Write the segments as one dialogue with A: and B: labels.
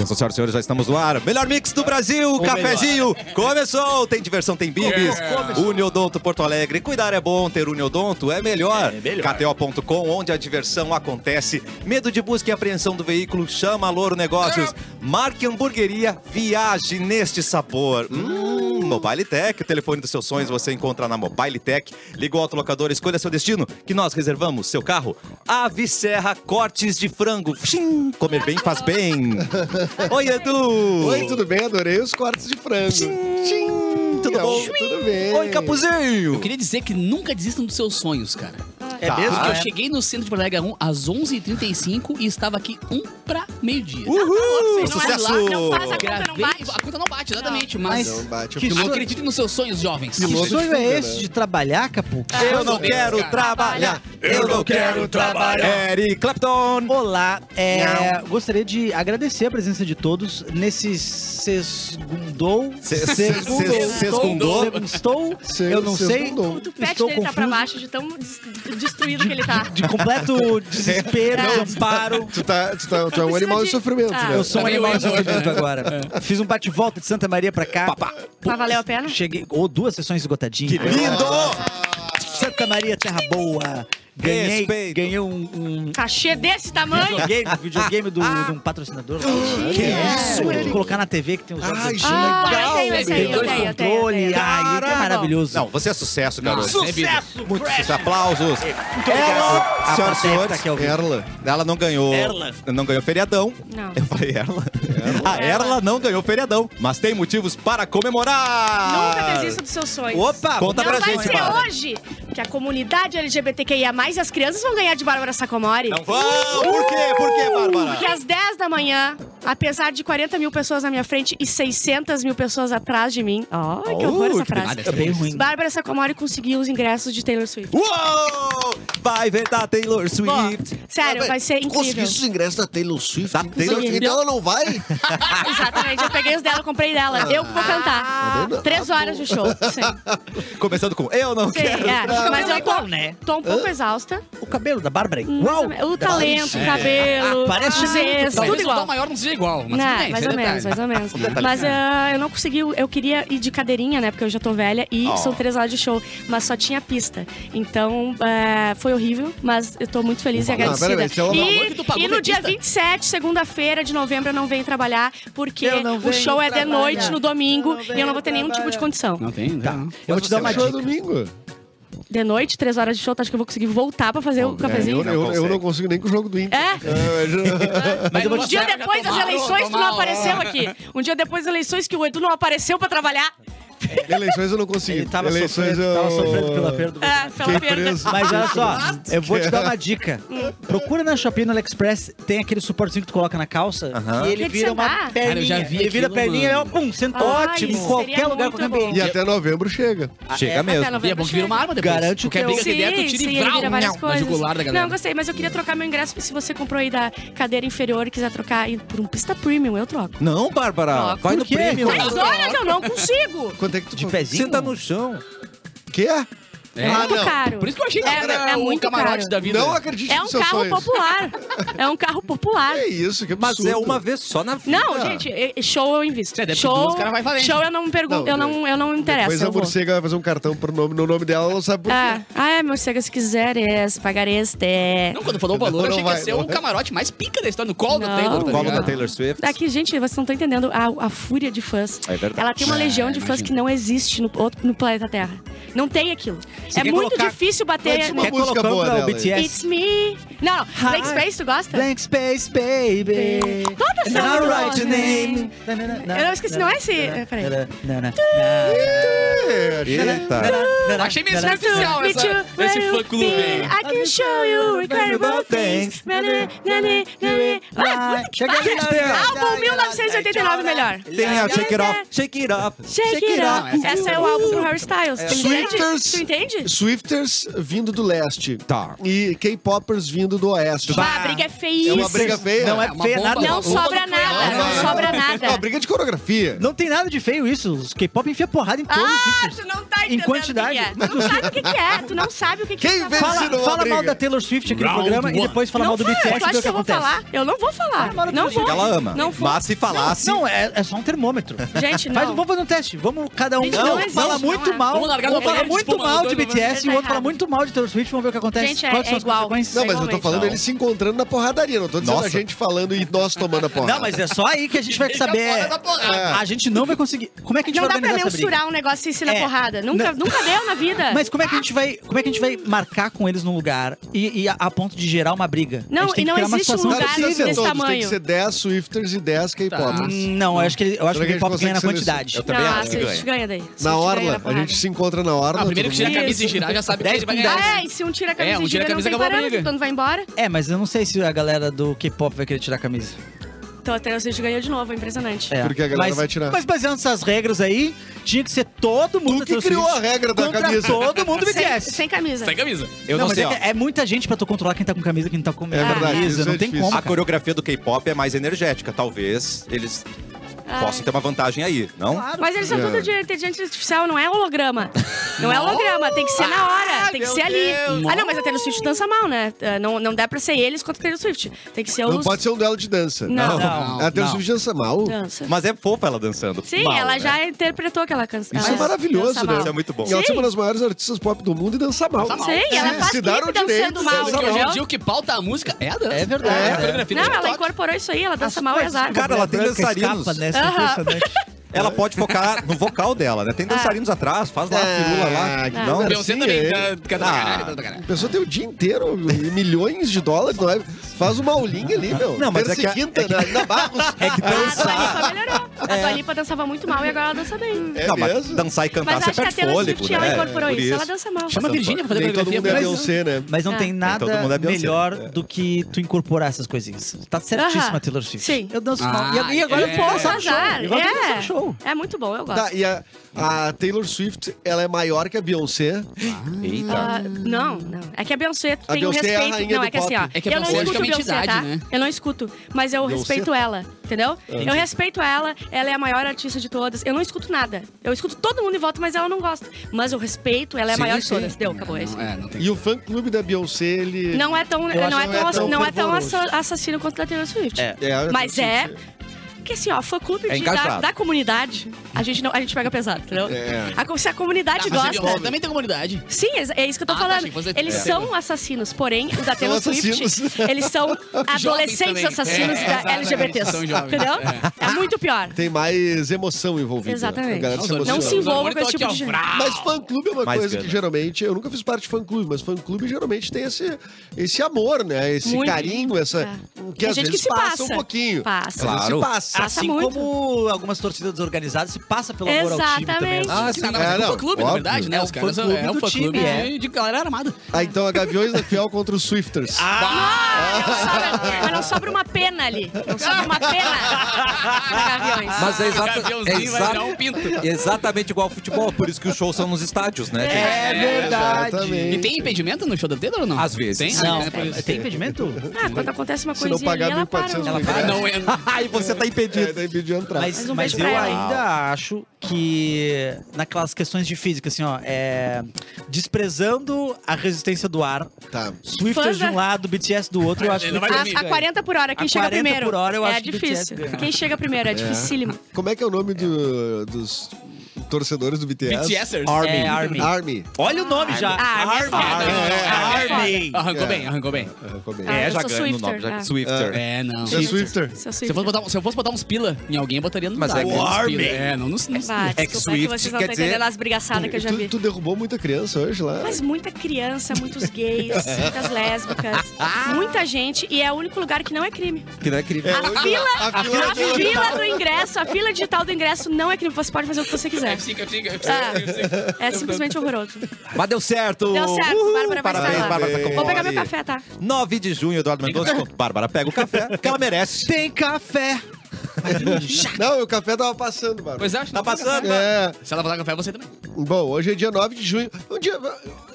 A: Então, senhoras e senhores, já estamos no ar. Melhor mix do Brasil, cafezinho. Começou, tem diversão, tem bibis.
B: É.
A: Uniodonto Porto Alegre. Cuidar é bom, ter Uniodonto é melhor.
B: É melhor.
A: KTO.com, onde a diversão acontece. Medo de busca e apreensão do veículo, chama a Louro
B: É.
A: Negócios. Marque Hamburgueria, viaje neste sabor. Hum, Mobile Tech, o telefone dos seus sonhos você encontra na Mobile Tech. Liga o autolocador, escolha seu destino, que nós reservamos seu carro. Ave Serra Cortes de Frango. Xim, comer bem faz bem. Oi, Edu.
C: Oi, tudo bem? Adorei os cortes de frango. Tchim,
A: Tudo
C: é,
A: bom?
C: Tudo bem.
A: Oi, Capuzinho.
B: Eu queria dizer que nunca desistam dos seus sonhos, cara.
A: É
B: Porque eu cheguei no centro de Porto Alegre às 11h35 e estava aqui um pra meio-dia.
A: Uh! Uhul,
B: Não é
A: sucesso.
B: lá,
D: não faz a- conta não
B: Gravei.
D: bate?
B: A conta não bate, exatamente, mas.
E: Mas
C: Bate o
B: Que
C: piloto.
B: sonho, acreditem nos seus sonhos, jovens.
C: Piloto
E: que
C: de
E: sonho é
C: fibra,
E: esse
C: né?
E: de trabalhar, Capu?
A: Eu não
B: Parabéns,
A: quero
B: cara.
A: trabalhar. Eu não quero trabalhar. Eric Clapton.
E: Olá, é, gostaria de agradecer a presença de todos nesse segundo...
A: Se- se- se- sesgundou?
E: Segundou?
C: Se-
E: Eu não sei.
C: sesgundou.
D: O pet
E: Estou
D: dele tá pra
E: confuso.
D: baixo de tão des- destruído que ele tá.
E: De
A: É
E: completo desespero,
D: Não.
E: desamparo.
C: Tu, tá, tu, tá, tu é um
D: Precisa
C: animal de
D: de-
C: sofrimento,
D: Ah.
A: É.
C: né?
E: Eu sou um
B: Tá meio
E: animal de
B: isso, né?
D: é.
E: sofrimento agora. Fiz um bate-volta de Santa Maria pra cá.
D: Mas valeu a pena?
E: Cheguei, ou duas sessões esgotadinhas.
A: Que lindo!
E: Santa Maria, terra boa. Ganhei,
A: Respeito.
E: ganhei um, um
D: Cachê desse tamanho?
E: videogame, um videogame do, de um patrocinador.
A: Que
C: isso,
E: Vou
C: Eric?
E: colocar na TV que tem os jogos.
C: Ai,
E: antigos.
D: Ah,
C: legal,
D: eu tenho esse aí, eu
E: dois
D: tenho, eu tenho, eu
E: controle.
D: tenho.
E: Ai, que é
A: Caraca.
E: maravilhoso.
A: Não, você é sucesso, garoto.
B: Nossa, é vida.
A: Muito sucesso. Aplausos. Ela, senhoras
E: A
A: e
E: plateia
A: senhores,
E: tá aqui ao vivo.
C: Erla.
A: ela não ganhou.
E: Erla.
A: Não ganhou feriadão.
D: Não.
A: Eu falei Erla. A Erla não ganhou feriadão, mas tem motivos para comemorar.
D: Nunca desista dos seus sonhos.
E: Opa!
A: Conta
D: Não
A: pra
D: vai
A: gente,
D: ser
A: Bárbara.
D: hoje que a comunidade LGBTQIA+, as crianças vão ganhar de Bárbara Sacomori.
A: Não vão! Por quê? Por quê,
D: Porque
A: Bárbara?
D: às 10 da manhã, apesar de 40 mil pessoas na minha frente e 600 mil pessoas atrás de mim... Ó, que
A: Oh,
D: horror essa
A: que
D: frase.
E: É bem ruim.
D: Bárbara Sacomori conseguiu os ingressos de Taylor Swift.
A: Uou! Vai vetar Taylor Swift.
D: Sério, vai ser
C: Tu
D: incrível.
C: conseguiu esses ingressos da Taylor Swift?
A: Da Taylor Swift.
C: Então ela não vai?
D: Exatamente, eu peguei os dela, eu comprei dela. Eu que vou cantar. Três horas de show. Sim,
A: Começando com Eu Não
D: sim
A: Quero.
D: é. Mas eu tô,
E: né?
D: tô um pouco exausta.
E: O cabelo da Bárbara é igual.
D: Mas Hum, O talento, o cabelo,
E: Parece
D: os ex, tudo
B: Talvez o
D: igual.
B: tom maior não seja igual, mas tudo
D: Não,
B: bem,
D: mais
B: isso é
D: ou menos,
B: detalhe.
D: mais ou menos. Mas ah, eu não consegui, eu queria ir de cadeirinha, né? Porque eu já tô velha e
A: Oh.
D: são três horas de show, mas só tinha pista. Então ah, foi horrível, mas eu tô muito feliz e
C: valor-
D: agradecida.
C: Não, peraí, esse é o
B: valor que tu pagou
D: e, e
B: pra
D: no dia
B: pista?
D: 27, segunda-feira de novembro, eu não venho trabalhar, porque
E: Eu não
D: o
E: venho
D: show é de
E: trabalhar.
D: noite no domingo
E: Eu não
D: e eu não vou
E: venho
D: ter nenhum tipo de
E: trabalhar.
D: condição.
B: Não tem, tá. não.
E: Eu vou te dar uma
C: Show é
E: dica.
C: domingo.
D: De noite, três horas de show, tu acha que eu vou conseguir voltar pra fazer
B: Bom,
D: o
C: Eu,
B: é,
D: um cafezinho?
C: eu- eu não consigo nem com o jogo do Inter.
D: É?
B: Mas
E: eu vou
D: Um
E: te
D: dia depois
B: tá
D: das eleições, tu não apareceu aqui. Um dia depois das eleições, que o Edu não apareceu pra trabalhar.
C: Eleições eu não consigo.
E: Ele tava
C: Eleições
E: sofrendo,
C: eu...
E: tava sofrendo pela perda do
D: É, pela
C: Fiquei
D: perda.
C: preso.
E: Mas olha só, eu vou te dar uma dica.
D: Hum.
E: Procura na Shopee no AliExpress, tem aquele suportezinho que tu coloca na calça
A: Aham.
E: e ele
D: Quer te
E: vira uma
D: sentar?
E: perninha.
B: Cara, eu já vi
E: ele vira
B: aquilo,
E: perninha e é
B: mano.
E: pum, senta
D: Ai,
E: ótimo. Em
D: seria
E: qualquer lugar,
D: muito
E: qualquer
D: bom.
E: ambiente.
C: E até novembro chega.
A: Chega
D: Até
A: mesmo.
B: E é bom
D: novembro
B: que vira uma arma depois.
E: Garanto
B: Qualquer
E: que
B: briga
E: eu-
B: que der, tu
D: sim,
B: tira
D: ele
B: e vrau,
D: vira várias
B: na
D: coisas.
B: jugular da galera.
D: Não, eu gostei, mas eu queria trocar meu ingresso. Se você comprou aí da cadeira inferior e quiser trocar em- por um pista premium, eu troco.
A: Não, Bárbara.
D: Troca.
A: Vai no
E: Por quê?
A: prêmio.
D: Três horas eu não consigo!
C: Quanto é que tu...
E: De pezinho?
A: Senta no chão.
C: Quê?
B: É.
D: É muito
C: não.
D: caro.
B: Por isso que eu achei que
D: É,
B: era
D: é
B: o
D: muito
B: camarote
D: caro.
B: da vida.
C: Não acredito
D: É
C: nos
D: um
C: seus
D: carro
C: sonhos.
D: popular. É um carro popular.
C: É isso, que
A: Mas
C: absurdo.
A: é uma vez só na vida.
D: Não, gente, eh, show eu invisto.
B: Você deve pedir
D: show,
B: duas, o cara vai valente.
D: show eu não me pergunto,
C: Não,
D: eu não, eu não me
C: Depois
D: interesso.
C: a
D: Eu vou.
C: morcega vai fazer um cartão pro nome, no nome dela, ela não sabe por
D: Ah,
C: quê.
D: ah, é, morcega, se quiseres, pagares te.
B: Não, quando falou o valor, eu
C: Não
B: achei que ia
C: vai,
B: ser
C: não
B: o
C: vai.
B: camarote mais pica da história, no colo da
D: Não.
B: Taylor. tá
A: Colo
B: ligado?
A: da Taylor Swift.
D: Daqui, gente, vocês não estão entendendo a, a fúria de fãs.
A: É verdade.
D: Ela tem uma
B: É,
D: legião de fãs
B: imagino.
D: que não existe no, outro- no planeta Terra. Não tem aquilo.
E: Você
D: é
E: quer
D: muito
E: colocar-
D: difícil
C: Mas
D: bater.
C: É tipo uma
E: Quer
C: música
E: colocar
C: boa
E: pra
C: dela
E: o
C: aí.
E: BTS?
D: It's me. Não, não.
E: Hi.
D: Blank Space, tu gosta?
E: Blank Space Baby.
D: Todas são Tá. muito boas,
E: your
D: né?
E: name.
D: Eu esqueci, não é esse- peraí.
C: É, achei-
D: né?
A: Eita.
B: Achei meio
D: Not to
B: superficial
D: meet
B: essa-
D: you
B: esse
D: where you
B: fã-clube
D: be.
B: aí.
D: I can show you incredible things. Na, na, na, na, na. Ué,
E: Chega
D: puta que
E: de
D: pariu.
E: dançar.
D: Álbum 1989 melhor.
A: Tem a Shake It Off. Shake It Off.
D: Shake it up.
B: Não, essa
D: Essa
B: é
D: é o álbum do Harry Styles. Tu entende?
C: Swifters.
D: Tu entende?
C: Swifters vindo do leste.
A: Tá.
C: E K-popers vindo do oeste.
D: Bah, a briga é
C: É
D: feíssima.
C: uma briga feia.
E: Não é
B: uma
E: feio
B: bomba-
E: nada.
D: Não
B: uma bomba
D: sobra
B: nuclear.
D: nada, não
B: É.
D: sobra
C: É uma
D: nada.
C: briga de coreografia.
E: Não tem nada de feio isso. Os K-pop enfia porrada em todos os
D: Ah,
E: sítios.
D: tu não tá tá
E: em
D: entendendo o
E: quantidade.
D: que que é. Tu não sabe o que, que é, tu não sabe o que, que
C: Quem
D: é.
C: vence
D: Fala-
C: no
E: Fala, fala
C: briga.
E: mal da Taylor Swift aqui no
B: Round
E: programa e
B: one.
E: depois fala
D: não
E: mal do
D: fala,
E: BTS
D: tu
E: e vê
D: acha
E: o que
D: eu vou
E: acontece.
D: falar? Eu não vou falar.
E: Ah, mas
D: Não
E: tu diz
D: vou.
E: que
A: Ela ama.
D: Não vou.
A: Mas se
B: Ah,
A: falasse.
E: Não, é, é só um termômetro.
D: Gente, não.
E: Faz, vamos fazer um teste. Vamos, cada um
D: Gente,
A: não
E: fala
A: existe,
E: fala
D: não
E: muito
D: é.
E: mal.
B: Vamos largar
E: Um
B: no
E: fala
B: colher de
E: muito
B: espuma,
E: mal
B: os
E: de
B: dois,
E: BTS e
D: tá
E: o outro fala
D: errado.
E: muito mal de Taylor Swift. Vamos ver o que acontece.
D: Gente, é-
E: Quais são
D: é
E: as
D: igual.
E: consequências?
C: Não, mas eu tô
D: Realmente.
C: falando
A: Não.
C: eles se encontrando na porradaria. Não tô dizendo
A: Nossa.
C: a gente falando e nós tomando a porrada.
E: Não, mas é só aí que a gente vai
B: Deixa
E: saber.
B: fora da porrada.
E: É. A gente não vai conseguir. Como é que a gente
D: Não
E: vai
D: dá pra
E: organizar essa briga?
D: mensurar um negócio sem ser na
E: É.
D: porrada. Nunca, nunca deu na vida.
E: Mas como é que a gente vai, como é que a gente vai marcar com eles num lugar e, e a, a ponto de gerar uma briga?
D: Não,
E: a gente tem
D: e
E: que
D: não
E: criar uma
D: existe um
E: situação
C: Não
D: lugar
E: possível.
C: precisa ser
D: desse
C: todos, tem que
D: tamanho. Hum,
C: ser 10 Swifters e 10 K-Poppers.
E: Não, eu acho que ele- eu acho
C: Será
E: que
C: que
E: o
C: a gente
E: K-pop ganha na
C: consegue
E: quantidade.
A: Eu também
D: não,
A: acho
D: ah,
A: que
D: se a gente
A: ganha.
D: ganha daí. Se
C: Na
D: a gente ganha
C: orla, a
D: porrada.
C: gente se encontra na orla.
B: Ah, primeiro
C: todo
B: que tira a
C: mundo-
B: camisa e girar, já sabe que
E: Dez
B: ele vai
E: com
B: ganhar.
D: Ah, é, e se um tira a camisa
B: É, um
D: e
B: tira
D: gira,
B: a camisa,
D: não
B: acabou
D: tem
B: a
D: parâmetro.
B: briga.
D: Quando vai embora,
E: É, mas eu não sei se a galera do K-pop vai querer tirar a camisa.
D: então a Taylor Swift ganhou de novo, é impressionante.
E: É.
C: Porque a galera
E: mas,
C: vai tirar.
E: Mas baseando nessas regras aí, tinha que ser todo mundo
C: Tu que
E: Taylor
C: criou
E: Swift
C: a regra da
E: contra
C: camisa.
E: todo mundo do
D: Sem,
E: BTS.
D: sem camisa.
B: Sem camisa.
A: Eu não,
E: mas
A: sei,
E: é,
A: ó.
E: que é muita gente pra tu controlar quem tá com camisa e quem não tá com
C: É verdade,
E: camisa.
C: isso
E: não
C: é
E: tem
C: difícil.
A: A
E: como. cara.
A: coreografia do K-pop é mais energética, talvez eles
D: Ah.
A: possam ter uma vantagem aí, não?
D: Mas eles são
C: É.
D: tudo de inteligência artificial, não é holograma. Não é holograma, tem que ser na hora, tem que
A: meu
D: ser ali.
A: Deus.
D: Ah, não, mas a Taylor Swift dança mal, né? Ah, Não, não dá pra ser eles contra a Taylor Swift. Tem que ser
C: Não
D: os...
C: pode ser um duelo de dança. É
D: Não.
E: Não,
C: A Taylor
E: não.
C: Swift dança mal.
D: Dança.
A: Mas é fofa ela dançando.
D: Sim,
A: Mal,
D: ela
A: né?
D: já interpretou aquela canção.
C: Isso é maravilhoso,
D: Dança
C: né?
D: Mal.
A: Isso é muito bom.
C: E ela é
D: Sim.
C: uma das maiores artistas pop do mundo e dança mal.
B: Dança mal.
D: Sim, ela
C: Se-
D: faz
C: se deram o
D: clipe dançando
C: direito,
D: mal,
C: dança
B: Porque hoje em
D: entendeu?
B: dia o que pauta a música é a dança.
E: É verdade.
B: É a coreografia do
D: Não, ela
B: TikTok.
D: incorporou isso aí, ela dança
E: As
D: mal, é
E: coisas
D: azar.
E: que a
A: Cara, ela tem
E: branca
A: dançarinos.
E: escapa, né? Isso é
D: Aham.
E: impressionante.
A: Ela pode focar no vocal dela, né? Tem
D: Ah.
A: dançarinos atrás, faz lá a firula
C: Ah,
A: lá.
C: que
A: não,
C: legal.
B: Beyoncé
C: Sim,
B: também
C: é.
B: canta canta pra
A: Ah.
B: caralho, canta pra caralho.
C: A pessoa tem o dia inteiro, milhões de dólares, não é? Faz uma aulinha ali, meu.
A: Não, mas
C: Terça
A: é que a-
C: e quinta, na, na Barros.
A: é que
D: A
E: um-
D: Dua
A: dançar.
D: Lipa melhorou. A Dua Lipa dançava muito mal e agora ela dança bem.
C: É
A: não, mas
C: mesmo?
A: dançar e cantar,
D: Mas
A: você
D: acho que a
A: perde
D: Taylor
A: fôlego,
D: Swift,
A: né?
D: ela
A: É,
D: incorporou
A: por
D: isso. Ela dança mal.
B: Chama a Virgínia pra fazer
C: Nem todo
B: coreografia.
C: mundo é
B: mas-
C: Beyoncé, né?
E: Mas não
D: É.
E: tem
A: todo mundo
E: nada
A: é Beyoncé.
E: melhor do que tu incorporar essas coisinhas. Tá certíssima,
D: Aham.
E: Taylor Swift.
D: Sim.
E: Eu danço
B: Ah,
E: mal. E a- E agora
B: é.
E: eu vou dançar no show.
D: Azar,
E: Agora eu vou dançar
D: é.
E: no show.
D: É muito bom, eu gosto.
C: Tá, e a, a Taylor Swift, ela é maior que a Beyoncé.
A: Eita.
D: Ah, não, não. É que a Beyoncé
C: A
D: tem um
C: Beyoncé é a
D: respeito.
C: rainha
D: não,
C: do
D: é que assim, ó.
C: pop.
B: É que a
D: eu não
B: Beyoncé é
D: escuto
B: uma
D: Beyoncé, tá?
B: entidade, né?
D: Eu não escuto, mas eu
C: Beyoncé.
D: respeito ela, entendeu? Eu respeito ela, ela é a maior artista de todas. Eu não escuto nada. Eu escuto todo mundo em volta, mas ela não gosta. Mas eu respeito, ela é a
B: Sim,
D: maior de
B: sim.
D: todas. Deu, acabou. É isso.
B: Não, é, não tem.
C: E o fã-clube da Beyoncé, ele...
D: Não é tão, não
E: Eu acho
D: é
C: que
D: tão, ass- não é tão assa- assassino quanto a Taylor Swift.
E: É.
C: É,
D: Mas
C: sim,
D: é.
C: sim.
D: Porque assim, ó, fã clube
A: É
D: de- da,
A: engajado.
D: da comunidade, a gente, não, a gente pega pesado, entendeu?
C: É.
D: A co- se a
B: Ah,
D: comunidade
B: mas
D: gosta.
B: ele Também tem comunidade.
D: Sim, é- é isso que eu tô
B: Ah, tá,
D: falando.
B: achei que você-
D: Eles
B: é.
D: são assassinos, porém, o da Taylor
C: São
D: Swift,
C: assassinos.
D: eles são adolescentes
B: também.
D: assassinos
B: É,
D: da
B: exatamente,
D: LGBTs.
B: são jovens,
D: Entendeu? É. muito pior.
C: Tem mais emoção envolvida. né?
D: Exatamente.
C: A galera se
D: Não
C: emociona.
D: se envolva
B: hormônios
D: com esse
B: estão
D: tipo
B: aqui,
D: de
B: ó,
D: gente.
B: vrau.
C: Mas fã-clube é uma
A: Mais
C: coisa
A: grana.
C: que geralmente. Eu nunca fiz parte de fã-clube, mas fã-clube geralmente tem esse, esse amor, né? Esse
D: Muito.
C: carinho, essa.
D: É.
C: Que
D: Tem
C: às
D: gente que
C: vezes
D: se
C: passa,
D: passa.
C: um pouquinho.
D: Passa.
A: Claro.
C: Às vezes se passa.
D: Passa
E: Assim
D: muito.
E: como algumas torcidas desorganizadas se passa pelo amor ao time também.
D: Exatamente.
A: Ah,
B: Que
A: sim.
B: nada mais
C: É,
B: é, um
C: não,
B: fã-clube, na
C: óbvio.
B: verdade, né?
E: É
B: Os
E: o
B: caras são-
E: fã-clube
B: é um
E: do
B: fã-clube
E: time, é.
B: de- de galera armada.
C: Ah, então a Gaviões da Fiel contra os Swifters.
D: Ah, não sobra- mas não sobra uma pena ali. Não sobra uma pena na Gaviões.
A: Mas é,
B: O
A: exata- é
B: gaviãozinho vai
A: exa-
B: virar um pinto.
A: exatamente igual ao futebol, por isso que os shows são nos estádios, né? gente?
E: É verdade.
C: Exatamente.
B: E tem impedimento no show da Taylor ou não?
A: Às vezes.
B: Tem?
E: Não,
B: Ah, é por isso.
E: tem impedimento?
D: Ah, quando acontece uma
C: Se não
D: coisinha
C: pagar
D: ali, ela para.
C: 1.400
E: Ela
C: reais.
B: Ah, não é.
A: Ai, você tá
C: É,
A: impedido.
C: daí pediu entrar.
E: Mas,
D: um
E: mas
D: beijo
E: eu
D: pra ela, hein?
E: ainda acho que naquelas questões de física, assim, ó, é, desprezando a resistência do ar,
C: Tá.
E: Swifters de
D: Fãs
E: um
D: da-
E: lado, BTS do outro, eu acho
B: Ele
E: que
B: não vai
D: A-
B: dormir,
D: A,
B: velho.
D: 40 por hora, quem
E: A
D: chega
E: 40
D: primeiro.
E: por hora, eu
D: é
E: acho que o
D: difícil.
E: BTS ganha.
D: Quem chega primeiro é dificílimo.
C: Como é que é o nome do- dos torcedores do BTS?
B: BTSers.
E: Army. É, Army.
C: Army.
E: Olha o nome já.
D: Army é foda.
E: Army.
D: Army é
E: Ah, Army.
B: Arrancou
C: É.
B: bem, arrancou bem.
C: Arrancou bem.
D: Ah,
A: É,
D: eu
A: já
D: sou
A: ganha o nome.
D: Swifter,
A: Já...
D: ah.
A: Swifter.
B: É, não.
C: É Swifter.
D: Seu
B: Se eu, fosse
D: Swifter.
B: botar, um, se eu fosse botar uns pila em alguém, eu botaria no
A: Mas
B: dado.
A: é que-
B: Uns
A: Warm.
B: pila. É, não nos. nos-
D: Vai,
A: É que
D: desculpa, que
A: Swift
D: vocês não
A: quer
D: estão
A: dizer-
D: entendendo as brigaçadas que eu já vi.
C: Tu, tu derrubou muita criança hoje lá.
D: Mas muita criança, muitos gays, muitas lésbicas, muita gente, e é o único lugar que não é crime.
A: Que não é incrível.
D: A fila,
C: a fila
D: a
C: do-
D: fila do ingresso, a fila digital do ingresso não é crime. Você pode fazer o que você quiser.
B: F5, F5, F5.
D: Ah,
B: F5.
D: é simplesmente horroroso.
A: Mas deu certo.
D: Deu certo,
A: Uhul,
D: Bárbara vai
A: Parabéns,
D: estar lá.
A: Bárbara Sacomori.
D: Vou pegar meu café, tá?
A: 9 de junho, Eduardo Mendonça. com- Bárbara, pega o café, porque ela merece.
E: Tem café.
D: tá.
C: Não, o café tava passando, mano.
B: Pois é, acho que
A: Tá
B: não vai
A: passando?
B: café.
C: É.
B: Se ela botar café, você também.
C: Bom, hoje é dia 9 de junho. Um dia.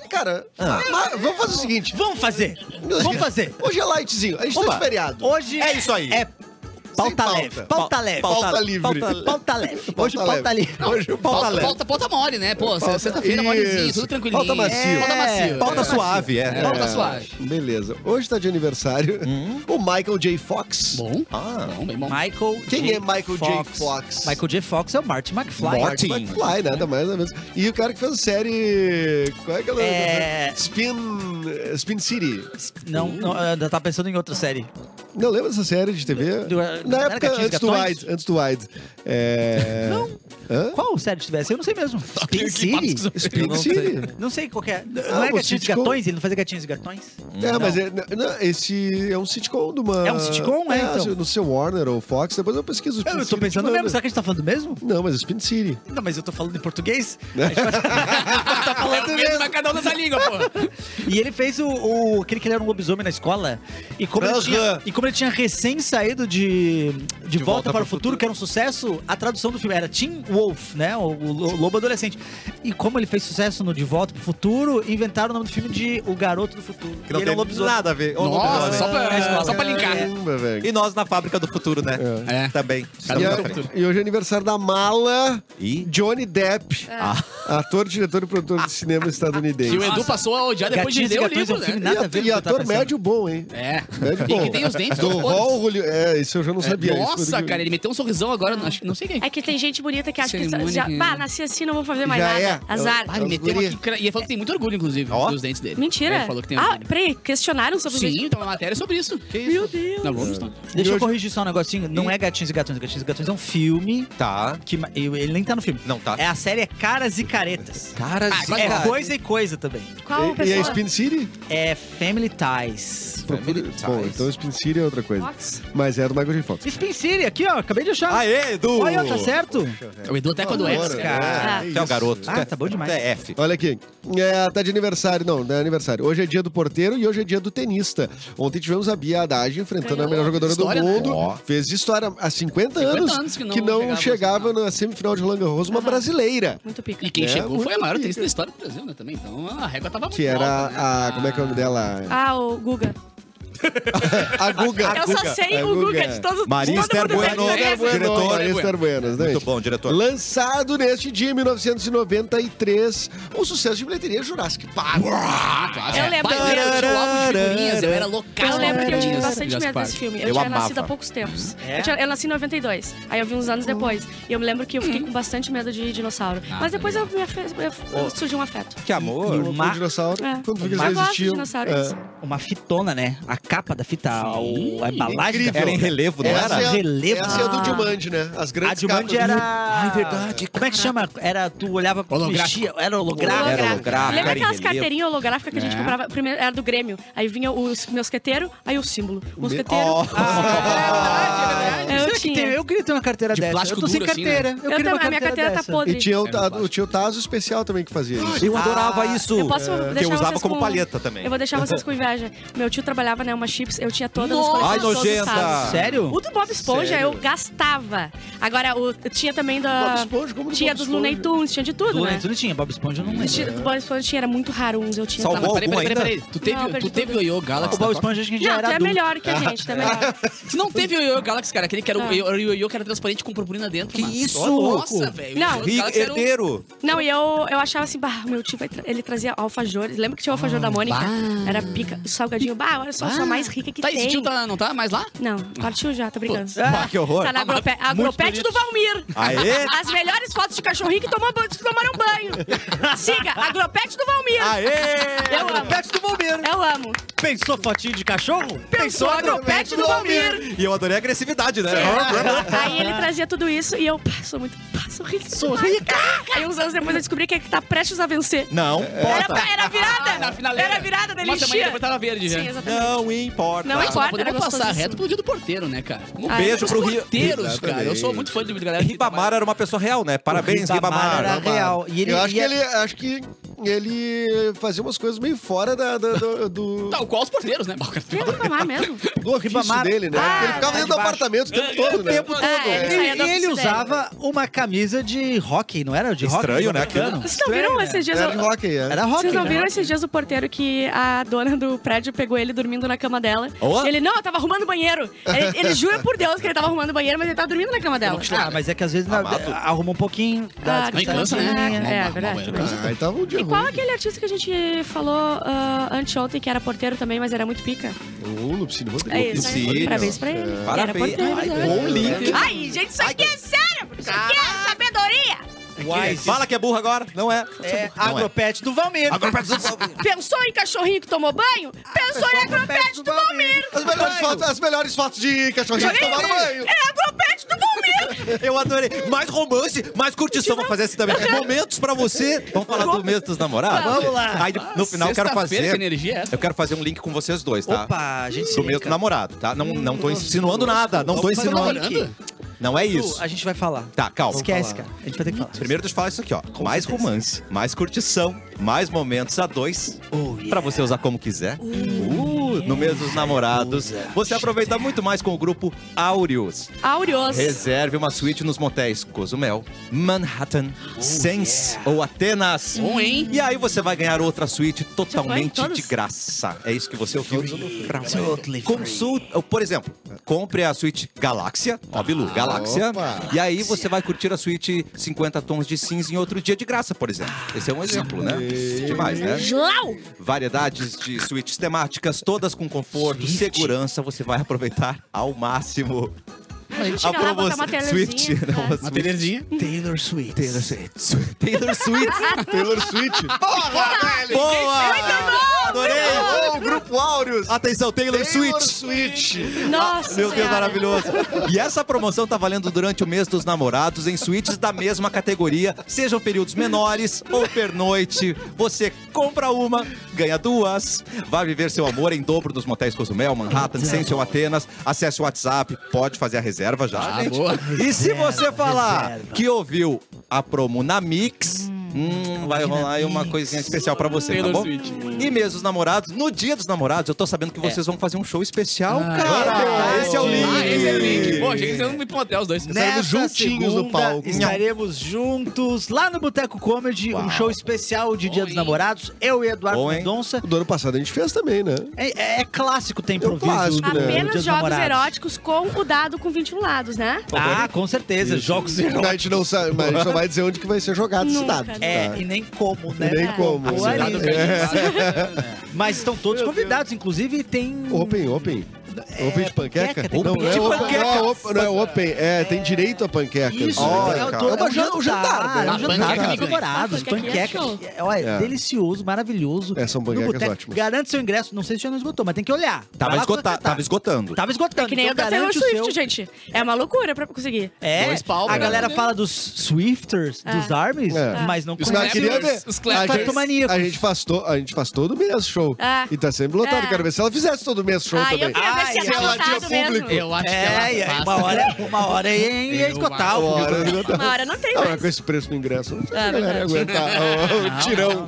C: Cara,
A: Ah.
C: mas vamos fazer o seguinte.
E: Vamos fazer. Vamos fazer.
C: Hoje é lightzinho. A gente tá
E: Oba.
C: de feriado.
E: Hoje
A: É isso aí.
E: É Pauta
C: pauta.
E: leve. Pauta leve.
C: pauta livre.
E: Pauta- Pauta leve. Hoje
C: Pauta
E: pauta livre.
C: Hoje o pauta, leve.
B: Pauta, pauta mole, né? Pô,
C: Pauta-
B: sexta-feira, molezinho,
C: Isso.
B: tudo tranquilinho.
C: Pauta macio.
B: Pauta macio.
E: É,
A: Pauta
B: macio.
A: suave, é.
B: É,
E: tá
B: Pauta suave.
C: Beleza. Hoje tá de aniversário
E: Hum?
C: o Michael J. Fox.
B: Bom,
A: Ah.
B: bom, bem bom.
E: Michael
C: Quem
E: J.
C: é Michael J. Fox?
E: Michael J. Fox é o Marty McFly.
A: Marty.
C: Martin McFly, nada mais ou menos. E o cara que fez a série. Qual é aquela?
E: É.
C: Spin. Spin City.
E: Não, não, eu tava pensando em outra série.
C: Não lembra dessa série de TV?
E: Do- do- não
C: Na
E: era
C: época,
E: Gatinhos
C: antes do
E: Gatões?
C: Wide. Antes do Wide. É...
E: Não.
C: Hã?
E: Qual série tivesse? Eu não sei mesmo. Spin
B: papo
E: City?
B: esquizofrênico.
E: Eu não sei.
C: City.
E: Não sei qual que é. Não,
C: Ah,
E: é
C: o
E: Gatinhos e
C: sitcom.
E: Gatões? Ele não fazia Gatinhos e Gatões?
C: É,
E: Não.
C: mas é, n- não, esse é um sitcom de uma.
E: É um sitcom, é, então.
C: se- No seu Warner ou Fox, depois eu pesquiso. Spin
E: Eu tô
C: City é
E: pensando
C: te mando.
E: mesmo. Será que a gente tá falando mesmo?
C: Não, mas é Spin City.
E: Não, mas eu tô falando em português. A gente vai- tá
B: É o
E: falando
B: mesmo,
E: mesmo.
B: mas cada um nessa língua, pô.
E: E ele fez o, o- aquele que ele era um lobisomem na escola. E como, ele,
C: Aham.
E: tinha, e como ele tinha recém saído de, de, volta, para o futuro, que era um sucesso, a tradução do filme era Teen Wolf, né? O, o lo- lobo adolescente. E como ele fez sucesso no De Volta para o Futuro, inventaram o nome do filme de O Garoto do Futuro.
A: Que não
E: e ele
A: tem
E: é um lobisomem.
A: nada a ver. Ô,
B: Nossa,
A: lobisomem.
B: só pra, só pra linkar.
C: Caramba, velho.
A: né? E nós na Fábrica do Futuro, né?
B: É.
A: Também.
C: E,
A: Estamos na frente.
C: a- e hoje é aniversário da mala
A: Ih.
C: Johnny Depp, ator, diretor e produtor de cinema estadunidense.
B: Que o Edu passou a odiar depois de
E: Gatinhos
B: ler
E: e
B: o
E: Gatões é um
B: livro,
E: filme
B: né?
E: nada
C: e
E: a ver com o
C: e
E: que eu tava
C: ator
E: pensando.
C: médio bom, hein?
B: É.
C: Médio
B: E
C: bom.
B: que tem os dentes
C: Do
B: todos podres.
C: Hall Hollywood. É, isso eu já não sabia. isso foi
B: Nossa,
C: do-
B: cara, ele meteu um sorrisão agora, acho que não sei quem.
D: É que tem gente bonita que acha que.
B: Cerimônia
D: Já,
B: que-
D: pá, nasci assim, não vou fazer mais
C: Já
D: nada.
C: é.
D: Azar.
B: Ah, ele
C: Os
B: meteu
C: guri.
B: aqui. cara, E ele falou que tem muito orgulho, inclusive,
A: Ó.
B: dos dentes dele.
D: Mentira.
B: Ele falou que tem
D: ah,
B: orgulho.
D: peraí, questionaram sobre isso?
B: Sim, tem uma matéria sobre isso. Que isso? Meu Deus. Na Rolling Stone.
E: Deixa
C: E
E: eu
C: hoje-
E: corrigir só um negocinho. Não é Gatinhos e Gatões. Gatinhos e Gatões é um filme
A: Tá.
E: que... ma- Ele nem tá no filme.
A: Não tá.
E: É a série é Caras e Caretas.
A: Cara,
B: Ah, agora-
E: É coisa e coisa também.
D: Qual
C: E, e a
D: pessoa?
C: Spin City?
E: É Family Ties.
A: Family
B: tá,
C: Bom,
A: Ties.
C: então Spin City é outra coisa.
D: Fox?
C: Mas é do Michael J. Fox.
E: Spin City, aqui, ó. Acabei de achar.
A: Aê, Edu!
E: Olha, tá certo?
B: O Edu até quando é.
C: Agora,
B: cara.
E: cara.
C: é,
A: Tu é o
C: isso.
A: garoto.
E: Ah,
A: Tu é-
E: tá bom demais.
A: tu É F.
C: Olha aqui, é, tá de aniversário, não, não é aniversário. Hoje é dia do porteiro e hoje é dia do tenista. Ontem tivemos a Bia Haddad enfrentando
D: Ganhou.
C: a melhor jogadora
B: História,
C: do
B: né?
C: mundo.
A: Ó.
C: Fez história há 50,
B: 50
C: anos,
B: anos
C: que não, chegava na semifinal de Roland Garros, uma brasileira.
D: Muito pica.
B: E quem
C: É,
B: chegou foi a
C: muito
B: maior tenista
C: pica.
B: da história do Brasil, né? Também. Então a régua tava muito
C: Que
B: alta, né?
C: era a. Como é que é o nome dela?
D: Ah, o Guga.
C: A Guga.
D: Eu só sei o Guga de todos
A: Maria
D: todo
A: Esther
D: mundo
A: Bueno,
D: deve
A: Maria Esther
D: conhecer.
A: Bueno. diretor.
C: Maria Esther Bueno, exatamente.
A: Muito bom, diretor.
C: Lançado neste dia, em 1993, um sucesso de bilheteria Jurassic Park.
B: Ah, claro.
D: Eu
B: É,
D: lembro.
B: pai, Eu tinha o álbum de figurinhas, eu era loucaço.
D: Eu lembro que eu tive
B: Figurinhas,
D: bastante
B: Jurassic
D: medo desse
B: Park.
D: filme. Eu,
A: Eu
D: tinha
A: amava.
D: nascido há poucos tempos.
E: É? Hum.
D: Eu, tinha- eu nasci em 92. Aí eu vi uns anos depois. E eu me lembro que eu fiquei com bastante medo de dinossauro.
B: Ah,
D: Mas depois
B: tá
D: eu me afe... eu- surgiu um afeto.
A: Que amor.
E: E
C: O
E: o Mar-
C: dinossauro,
D: É.
C: quando
E: O
C: eles
E: Mar-
D: Eu gosto de
C: existiam.
D: dinossauros.
C: é.
E: Uma fitona, né? A capa da fita, a- o- a embalagem da
A: Era em
E: fita.
A: relevo, não
E: Essa
A: era?
E: é- Relevo.
C: Essa é a do Diamante, né? As
E: A
C: grandes
E: Dilmand
C: capas.
E: era...
A: Ah, é verdade,
E: Como é que chama? Era, tu olhava,
B: Holográfico.
E: mexia, era holográfico.
A: Era holográfico,
D: Lembra
E: Ah,
A: era em
D: aquelas
A: relevo.
D: carteirinhas holográficas que a gente
B: É.
D: comprava? Primeiro era do Grêmio. Aí vinha o mosqueteiro, aí o símbolo. Mosqueteiro.
A: Ó.
E: Ah, é verdade, é verdade.
D: Eu
E: Será que
D: tinha.
E: tem- eu queria ter uma carteira
B: De
E: dessa.
B: plástico
E: eu tô sem
B: duro, assim,
E: carteira.
B: né?
E: Eu,
D: Eu
E: queria uma
D: também, a minha carteira tá
E: dessa.
D: podre.
C: E tinha o,
B: Era
C: ta-
B: fácil.
C: o- tinha o Tazo especial também que fazia isso.
A: Eu adorava
E: Ah,
A: isso.
D: Eu posso
A: É.
D: deixar
A: Que eu usava
D: vocês
A: como
D: com-
A: palheta também.
D: Eu vou deixar vocês com inveja. Meu tio trabalhava na Uma Chips, eu tinha todas
B: Nossa!
A: Ai,
D: as coleções de todos os
A: nojenta.
D: tazos.
E: Sério?
D: O do Bob Esponja eu gastava. Agora, o, tinha também da.
C: Bob Esponja, como do
D: tinha
C: Bob
D: dos
C: Esponja?
D: Looney Tunes, tinha de tudo,
E: Tudo,
D: né?
E: né? Tudo tinha. Bob Esponja eu não lembro.
D: Tinha- Do Bob Esponja tinha, era muito raro uns, eu tinha.
A: Salvou
D: também.
B: Mas peraí, peraí,
A: Algum
B: peraí. Tu
D: Não,
B: teve,
D: perdi
B: tu teve
D: tudo.
B: o Yo Galaxy?
E: O Bob Esponja acho que a gente já
D: Não,
E: era
D: tu é
E: adulto.
D: melhor que a gente, tu é melhor.
B: Tu não teve o Yo Galaxy, cara. Aquele que era o,
D: Não.
B: era o Yo-Yo que era transparente com purpurina dentro.
A: Que
B: mano.
A: isso?
B: Nossa, velho.
D: Não.
B: O Yo-Yo
A: Rio
B: Galaxy era o-
A: herdeiro.
D: Não, e eu, eu achava assim, bah, meu tio, vai tra- ele trazia alfajores. Lembra que tinha o alfajor
A: Ah,
D: da Mônica?
B: bah.
D: Era pica, salgadinho. Bah, olha só, eu sou a mais rica que
B: tá, esse
D: tem.
B: tio tá, não tá mais lá?
D: Não, partiu já, tô brincando.
A: Ah, que horror.
D: Tá na agrope- agropete do Valmir.
A: Aê!
D: As melhores fotos de cachorrinho que tomou banho- que tomaram banho. Siga, agropete do Valmir.
A: Aê!
D: Eu amo.
E: Pet do bombeiro.
D: Eu amo.
E: Pensou fotinho de cachorro?
D: Pensou agropete do Valmir.
A: E eu adorei a agressividade, né?
D: Aí ele trazia tudo isso e eu pá, sou muito. pá, Sou rica. Sou rica. Aí uns anos depois eu descobri que ele tá prestes a vencer.
A: Não é
D: Era,
A: importa.
D: era
B: Ah, na
D: virada.
B: finaleira.
D: Era virada dele
B: Uma semana
D: enchia.
B: depois tá tava verde já.
D: Sim, exatamente.
A: Não importa.
D: Não importa.
B: Nós
D: era assim.
B: podemos passar
D: gostosíssimo.
B: reto pelo dia do porteiro, né, cara? Um
D: Ah,
A: beijo
B: Os
A: pro Rio-
B: porteiros, cara. Eu
C: Exatamente.
B: sou muito fã de galera que
A: Ribamar era uma pessoa real, né? Parabéns,
E: Ribamar
A: Ribamar.
E: era- real. E ele-
C: eu acho
E: e
C: que
E: ele-
C: ele acho que ele fazia umas coisas meio fora da, da- do, do,
B: Tal qual os porteiros, né, Balcar?
D: Queria reclamar mesmo.
C: do ofício
E: Ribamar.
C: dele, né?
D: Ah,
C: ele ficava
E: tá
C: dentro do
E: de baixo.
C: apartamento o tempo todo,
E: o
C: né?
E: tempo todo.
D: Ah, é, ele saía
E: ele
D: da
E: ele
D: oficina.
E: usava uma camisa de hockey, não era? De
A: Estranho,
E: hockey,
A: né, aquilo?
E: americano?
D: Vocês não viram
E: Estranho,
D: esses dias?
C: Era de hockey, é.
E: Era hockey.
D: Vocês não
E: né?
D: viram esses dias o porteiro que a dona do prédio pegou ele dormindo na cama dela?
A: Ó.
D: E ele, não, eu tava arrumando o banheiro. Ele, ele jura por Deus que ele tava arrumando o banheiro, mas ele tava dormindo na cama dela.
E: Ah, mas é que às vezes na-
A: Amado.
E: arruma um pouquinho. Dá
D: Ah,
B: Não, e cansa,
E: descansadinha.
B: né?
D: É, é
B: Mal-
D: verdade.
B: mal- mal-
D: também.
C: Ah, então um dia
D: E
C: ruim.
D: qual é aquele artista que a gente falou ah, anteontem que era porteiro também, mas era muito pica?
C: O Lupicínio Rodrigues.
D: É isso, né?
A: Lucílio.
D: Parabéns pra ele. Era
A: Parabéns.
D: porteiro.
A: Ai,
D: verdade.
A: bom um link.
D: Ai, gente, isso aqui é cérebro. Isso aqui é sabedoria.
E: Wise.
A: Fala que é burro agora. Não é.
E: É
A: Não é.
E: agropet do Valmir.
A: Agropet do
D: Pensou em cachorrinho que tomou banho? Pensou em agropete É do Valmir.
C: As melhores, fotos, as melhores fotos de cachorrinho que tomaram banho.
D: É agropete do Valmir.
A: Eu adorei. Mais romance, mais curtição. Vou fazer assim também. Momentos pra você. Vamos falar do mês dos namorados?
E: Vamos lá.
A: Aí, no final, eu quero
B: Sexta-feira, que
A: fazer...
B: energia é essa?
A: Eu quero fazer um link com vocês dois, tá?
E: Opa, a gente se
A: Do mês do namorado, tá? Não, não tô insinuando nada. Não tô
B: tá
E: Vamos fazer uma
A: insinuando.
E: olhada.
A: Não é isso.
E: A gente vai falar.
A: Tá, calma. Vamos
E: Esquece, cara. A gente vai ter que falar.
A: falar. Primeiro deixa eu falar isso aqui, ó. mais
E: certeza.
A: romance, mais curtição, mais momentos a dois.
E: Oh, yeah.
A: Pra você usar como quiser. Uh, no mês dos namorados. Você aproveita muito mais com o grupo Aureus.
D: Aureos.
A: Reserve uma suíte nos motéis Cozumel, Manhattan, Sense ou Atenas.
B: Oh, Bom, hein?
A: E aí você vai ganhar outra suíte totalmente
D: todos?
A: de graça. É isso que você ouviu.
E: Totally free.
A: Consulta, por exemplo, compre a suíte Galáxia, ó, Bilu,
E: Ah,
A: Galáxia.
C: opa.
A: E aí você vai curtir a suíte 50 tons de cinza em outro dia de graça, por exemplo. Esse é um exemplo, né? Demais, né?
D: João.
A: Variedades de suítes temáticas, todas com conforto, segurança, você vai aproveitar ao máximo.
D: Chega lá, botar uma telezinha.
A: Suíte, né? Uma suíte.
B: Matelezinha.
E: Taylor Swift.
A: Taylor Swift. Taylor Swift.
C: Taylor Swift.
A: Boa! Adorei!
C: Ô, o Grupo Áureos.
A: Atenção, Taylor,
C: Taylor
A: Swift.
C: Swift.
D: Nossa
A: Meu Deus,
D: Senhora.
A: maravilhoso. E essa promoção tá valendo durante o mês dos namorados em suítes da mesma categoria, sejam períodos menores ou pernoite. Você compra uma, ganha duas. Vai viver seu amor em dobro nos motéis Cozumel, Manhattan, Sense ou Atenas. Acesse o WhatsApp, pode fazer a reserva já,
B: Ah,
A: gente.
B: boa.
A: E se
E: Reserva,
A: você falar
E: reserva.
A: que ouviu a promo na Mix, hum, vai
E: hoje na
A: rolar aí uma
E: Mix.
A: coisinha especial pra você, tá
B: Taylor
A: bom?
B: Swift.
A: E mesmo os namorados, no dia dos namorados, eu tô sabendo que vocês vão fazer um show especial,
E: Ah,
A: cara.
C: é
A: esse é o link.
C: verdade.
B: Ah, esse é o link. Pô, gente, vocês não me até os dois.
E: Nessa
C: juntinhos
E: segunda,
C: no palco.
E: Estaremos juntos lá no Boteco Comedy, um
A: Uau.
E: show especial de Dia
B: Bom,
E: dos
B: hein?
E: Namorados. Eu e Eduardo
A: Bom, hein?
E: Mendonça.
C: Do ano passado a gente fez também, né?
E: É, é clássico ter improviso.
C: clássico,
E: no
C: né?
E: Dia
D: Apenas
E: dos
D: jogos
E: Namorados.
D: eróticos com o dado com 21 lados, né?
E: Ah, com certeza. Jogos
C: A
E: eróticos.
C: gente não sabe, mas a gente não vai dizer onde que vai ser jogado esse
D: Nunca,
C: dado.
D: né?
E: É,
C: Tá.
E: e nem como, né?
C: Nem como.
E: Boa
C: né?
E: ali. Mas estão todos convidados, inclusive tem.
C: Open, open. open de panqueca?
E: panqueca, tem
C: não,
E: panqueca.
C: é open,
E: Panqueca.
C: não é open, não é open, é, tem direito a panqueca.
E: Isso,
A: Olha,
E: é, o
A: cara.
E: do-
C: É uma
E: um
C: jan- um jantar, né?
E: é
B: Ah,
E: um jantar
B: panqueca
E: dos
B: me ganha.
E: namorados,
D: Ah, panquequinha
E: panqueca.
D: show.
E: É, olha,
C: É.
E: delicioso, maravilhoso.
C: É, são
E: No
C: panquecas
E: boteco,
C: ótimas.
E: Garante seu ingresso, não sei se já não esgotou, mas tem que olhar.
A: Tava,
E: Vai lá
A: esgota-
E: contratar.
A: tava esgotando.
E: Tava esgotando.
D: É Que nem o
E: então
D: da Taylor
E: garante o
D: Swift,
E: seu.
D: gente. É uma loucura pra conseguir.
E: É,
B: Dois pau,
E: a
B: né?
E: galera fala dos Swifters, dos Armies,
C: É.
E: mas não
B: Os
C: Não, eu
E: conhece.
C: queria ver.
B: Clapers, os
C: A
B: Clapers.
C: gente, a, gente faz to- a gente faz todo mês show.
D: Ah.
C: E tá sempre lotado.
D: Ah.
C: Quero ver se ela fizesse todo mês show
D: Ai, eu
C: também.
D: queria ver
E: Ai,
D: se
E: se
D: é
C: ela tinha
D: lotado mesmo.
C: público.
B: Eu acho que ela
E: É, e aí
B: passa.
E: uma hora, uma hora ia,
B: Eu
E: ia esgotar o
C: Uma hora,
D: Uma hora não tem
C: Ah, mas
D: mais.
C: com esse preço no ingresso, não sei se a
D: É
C: galera ia aguentar o, o tirão.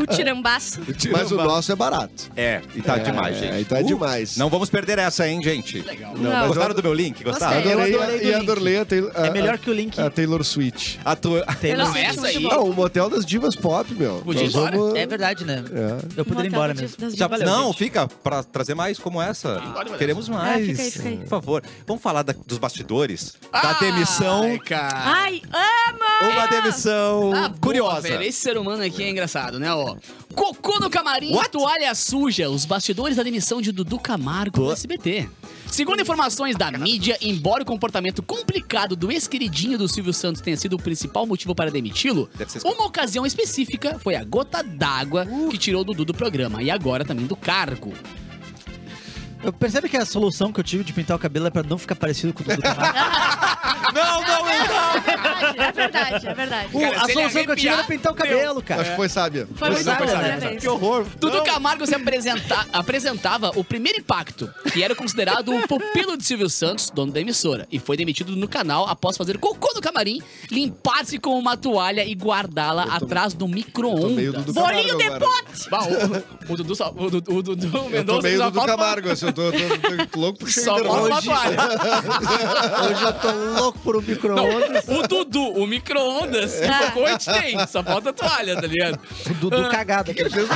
D: O tirambaço.
C: Mas o nosso é barato.
A: É, e tá demais, gente.
C: aí tá demais.
A: Não vamos perder essa, hein, gente? Legal.
D: Não, mas
A: Gostaram do meu link? Gostaram?
E: Gostei. Eu
C: Adorei,
E: adorei do
C: e
E: link.
C: adorei a, Taylor- a-
E: É melhor que o link.
C: a Taylor Swift.
A: A tua-
E: Taylor
B: Não,
E: Swift.
B: essa aí.
C: Ah, o motel das divas pop, meu.
B: Podia
C: Nós
B: ir embora.
C: vamos-
E: É verdade, né?
C: É.
E: Eu poderia ir embora mesmo.
D: Das
E: Já
D: divas.
E: valeu.
A: Não,
E: gente.
A: fica pra trazer mais como essa. Queremos mais.
D: Ah, fica aí, fica aí.
A: Por favor. Vamos falar da- dos bastidores? da demissão.
B: Ah, Ai, cara.
D: Ai, amo!
A: Uma demissão
B: Ah, boa,
A: Tá curiosa.
B: velho. Esse ser humano aqui é engraçado, né, ó? Cocô no camarim,
A: What?
B: toalha suja, os bastidores da demissão de Dudu Camargo do SBT. Segundo informações da mídia, embora o comportamento complicado do ex-queridinho do Silvio Santos tenha sido o principal motivo para demiti-lo,
A: Deve ser Uh. escroto.
B: uma ocasião específica foi a gota d'água que tirou o Dudu do programa e agora também do cargo.
E: Eu percebe que a solução que eu tive de pintar o cabelo é pra não ficar parecido com o Dudu Camargo?
A: Não, não, eu não.
D: É verdade, é verdade. É
E: O-
A: Cara,
D: verdade.
E: a
A: se ele
E: solução que eu tinha era
A: arrepiar,
E: pintar o cabelo, cara.
C: Acho que foi sábia.
D: Foi muito
E: sabe,
D: bom,
E: sabe,
D: parabéns.
A: Que horror.
B: Dudu Camargo se apresenta- apresentava o primeiro impacto, que era considerado o pupilo de Silvio Santos, dono da emissora, e foi demitido no canal após fazer cocô no camarim, limpar-se com uma toalha e guardá-la atrás do
C: tomei o Dudu
B: micro-ondas.
C: Camargo
D: Bolinho de
C: agora.
D: pote!
B: Bah, O, o Dudu, só- o Dudu, o Dudu
C: Eu tô
B: Mendonça
C: meio
B: só
C: do
B: falta-
C: Camargo, assim, eu tô, tô- tô louco por cheio
B: Só
C: de
B: falta uma
C: nervoso.
B: toalha.
E: Hoje eu tô louco por um micro-ondas.
B: O Dudu, o micro-ondas,
D: Ah.
B: o cocô a gente tem, só falta a toalha, tá ligado?
E: O Dudu cagado. aquele jeito.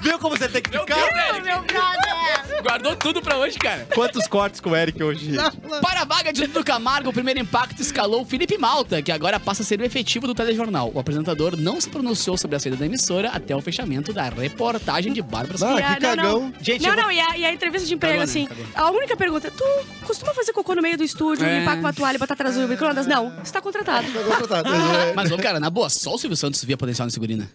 A: Viu como você tem que
B: Meu
A: ficar?
B: Deus, Eric,
D: Meu brother!
B: guardou tudo pra hoje, cara.
A: Quantos cortes com o Eric hoje?
B: Para a vaga de Dudu Camargo, o primeiro impacto escalou o Felipe Malta, que agora passa a ser o efetivo do telejornal. O apresentador não se pronunciou sobre a saída da emissora até o fechamento da reportagem de Bárbara
C: Ah,
B: Sacomori.
D: Yeah,
C: que
D: não,
C: cagão.
D: não.
E: Gente,
D: não,
E: eu vou-
D: não, e a, e a entrevista de emprego,
B: Cagou, né?
D: assim,
B: Cagou.
D: a única pergunta, tu costuma fazer cocô no meio do estúdio,
B: É.
D: limpar com uma toalha, botar atrás do micro-ondas? Não, você tá contratado.
C: Agora tá, tá, é.
B: Mas, ô, cara, na boa, só o Silvio Santos via potencial nesse guri, né?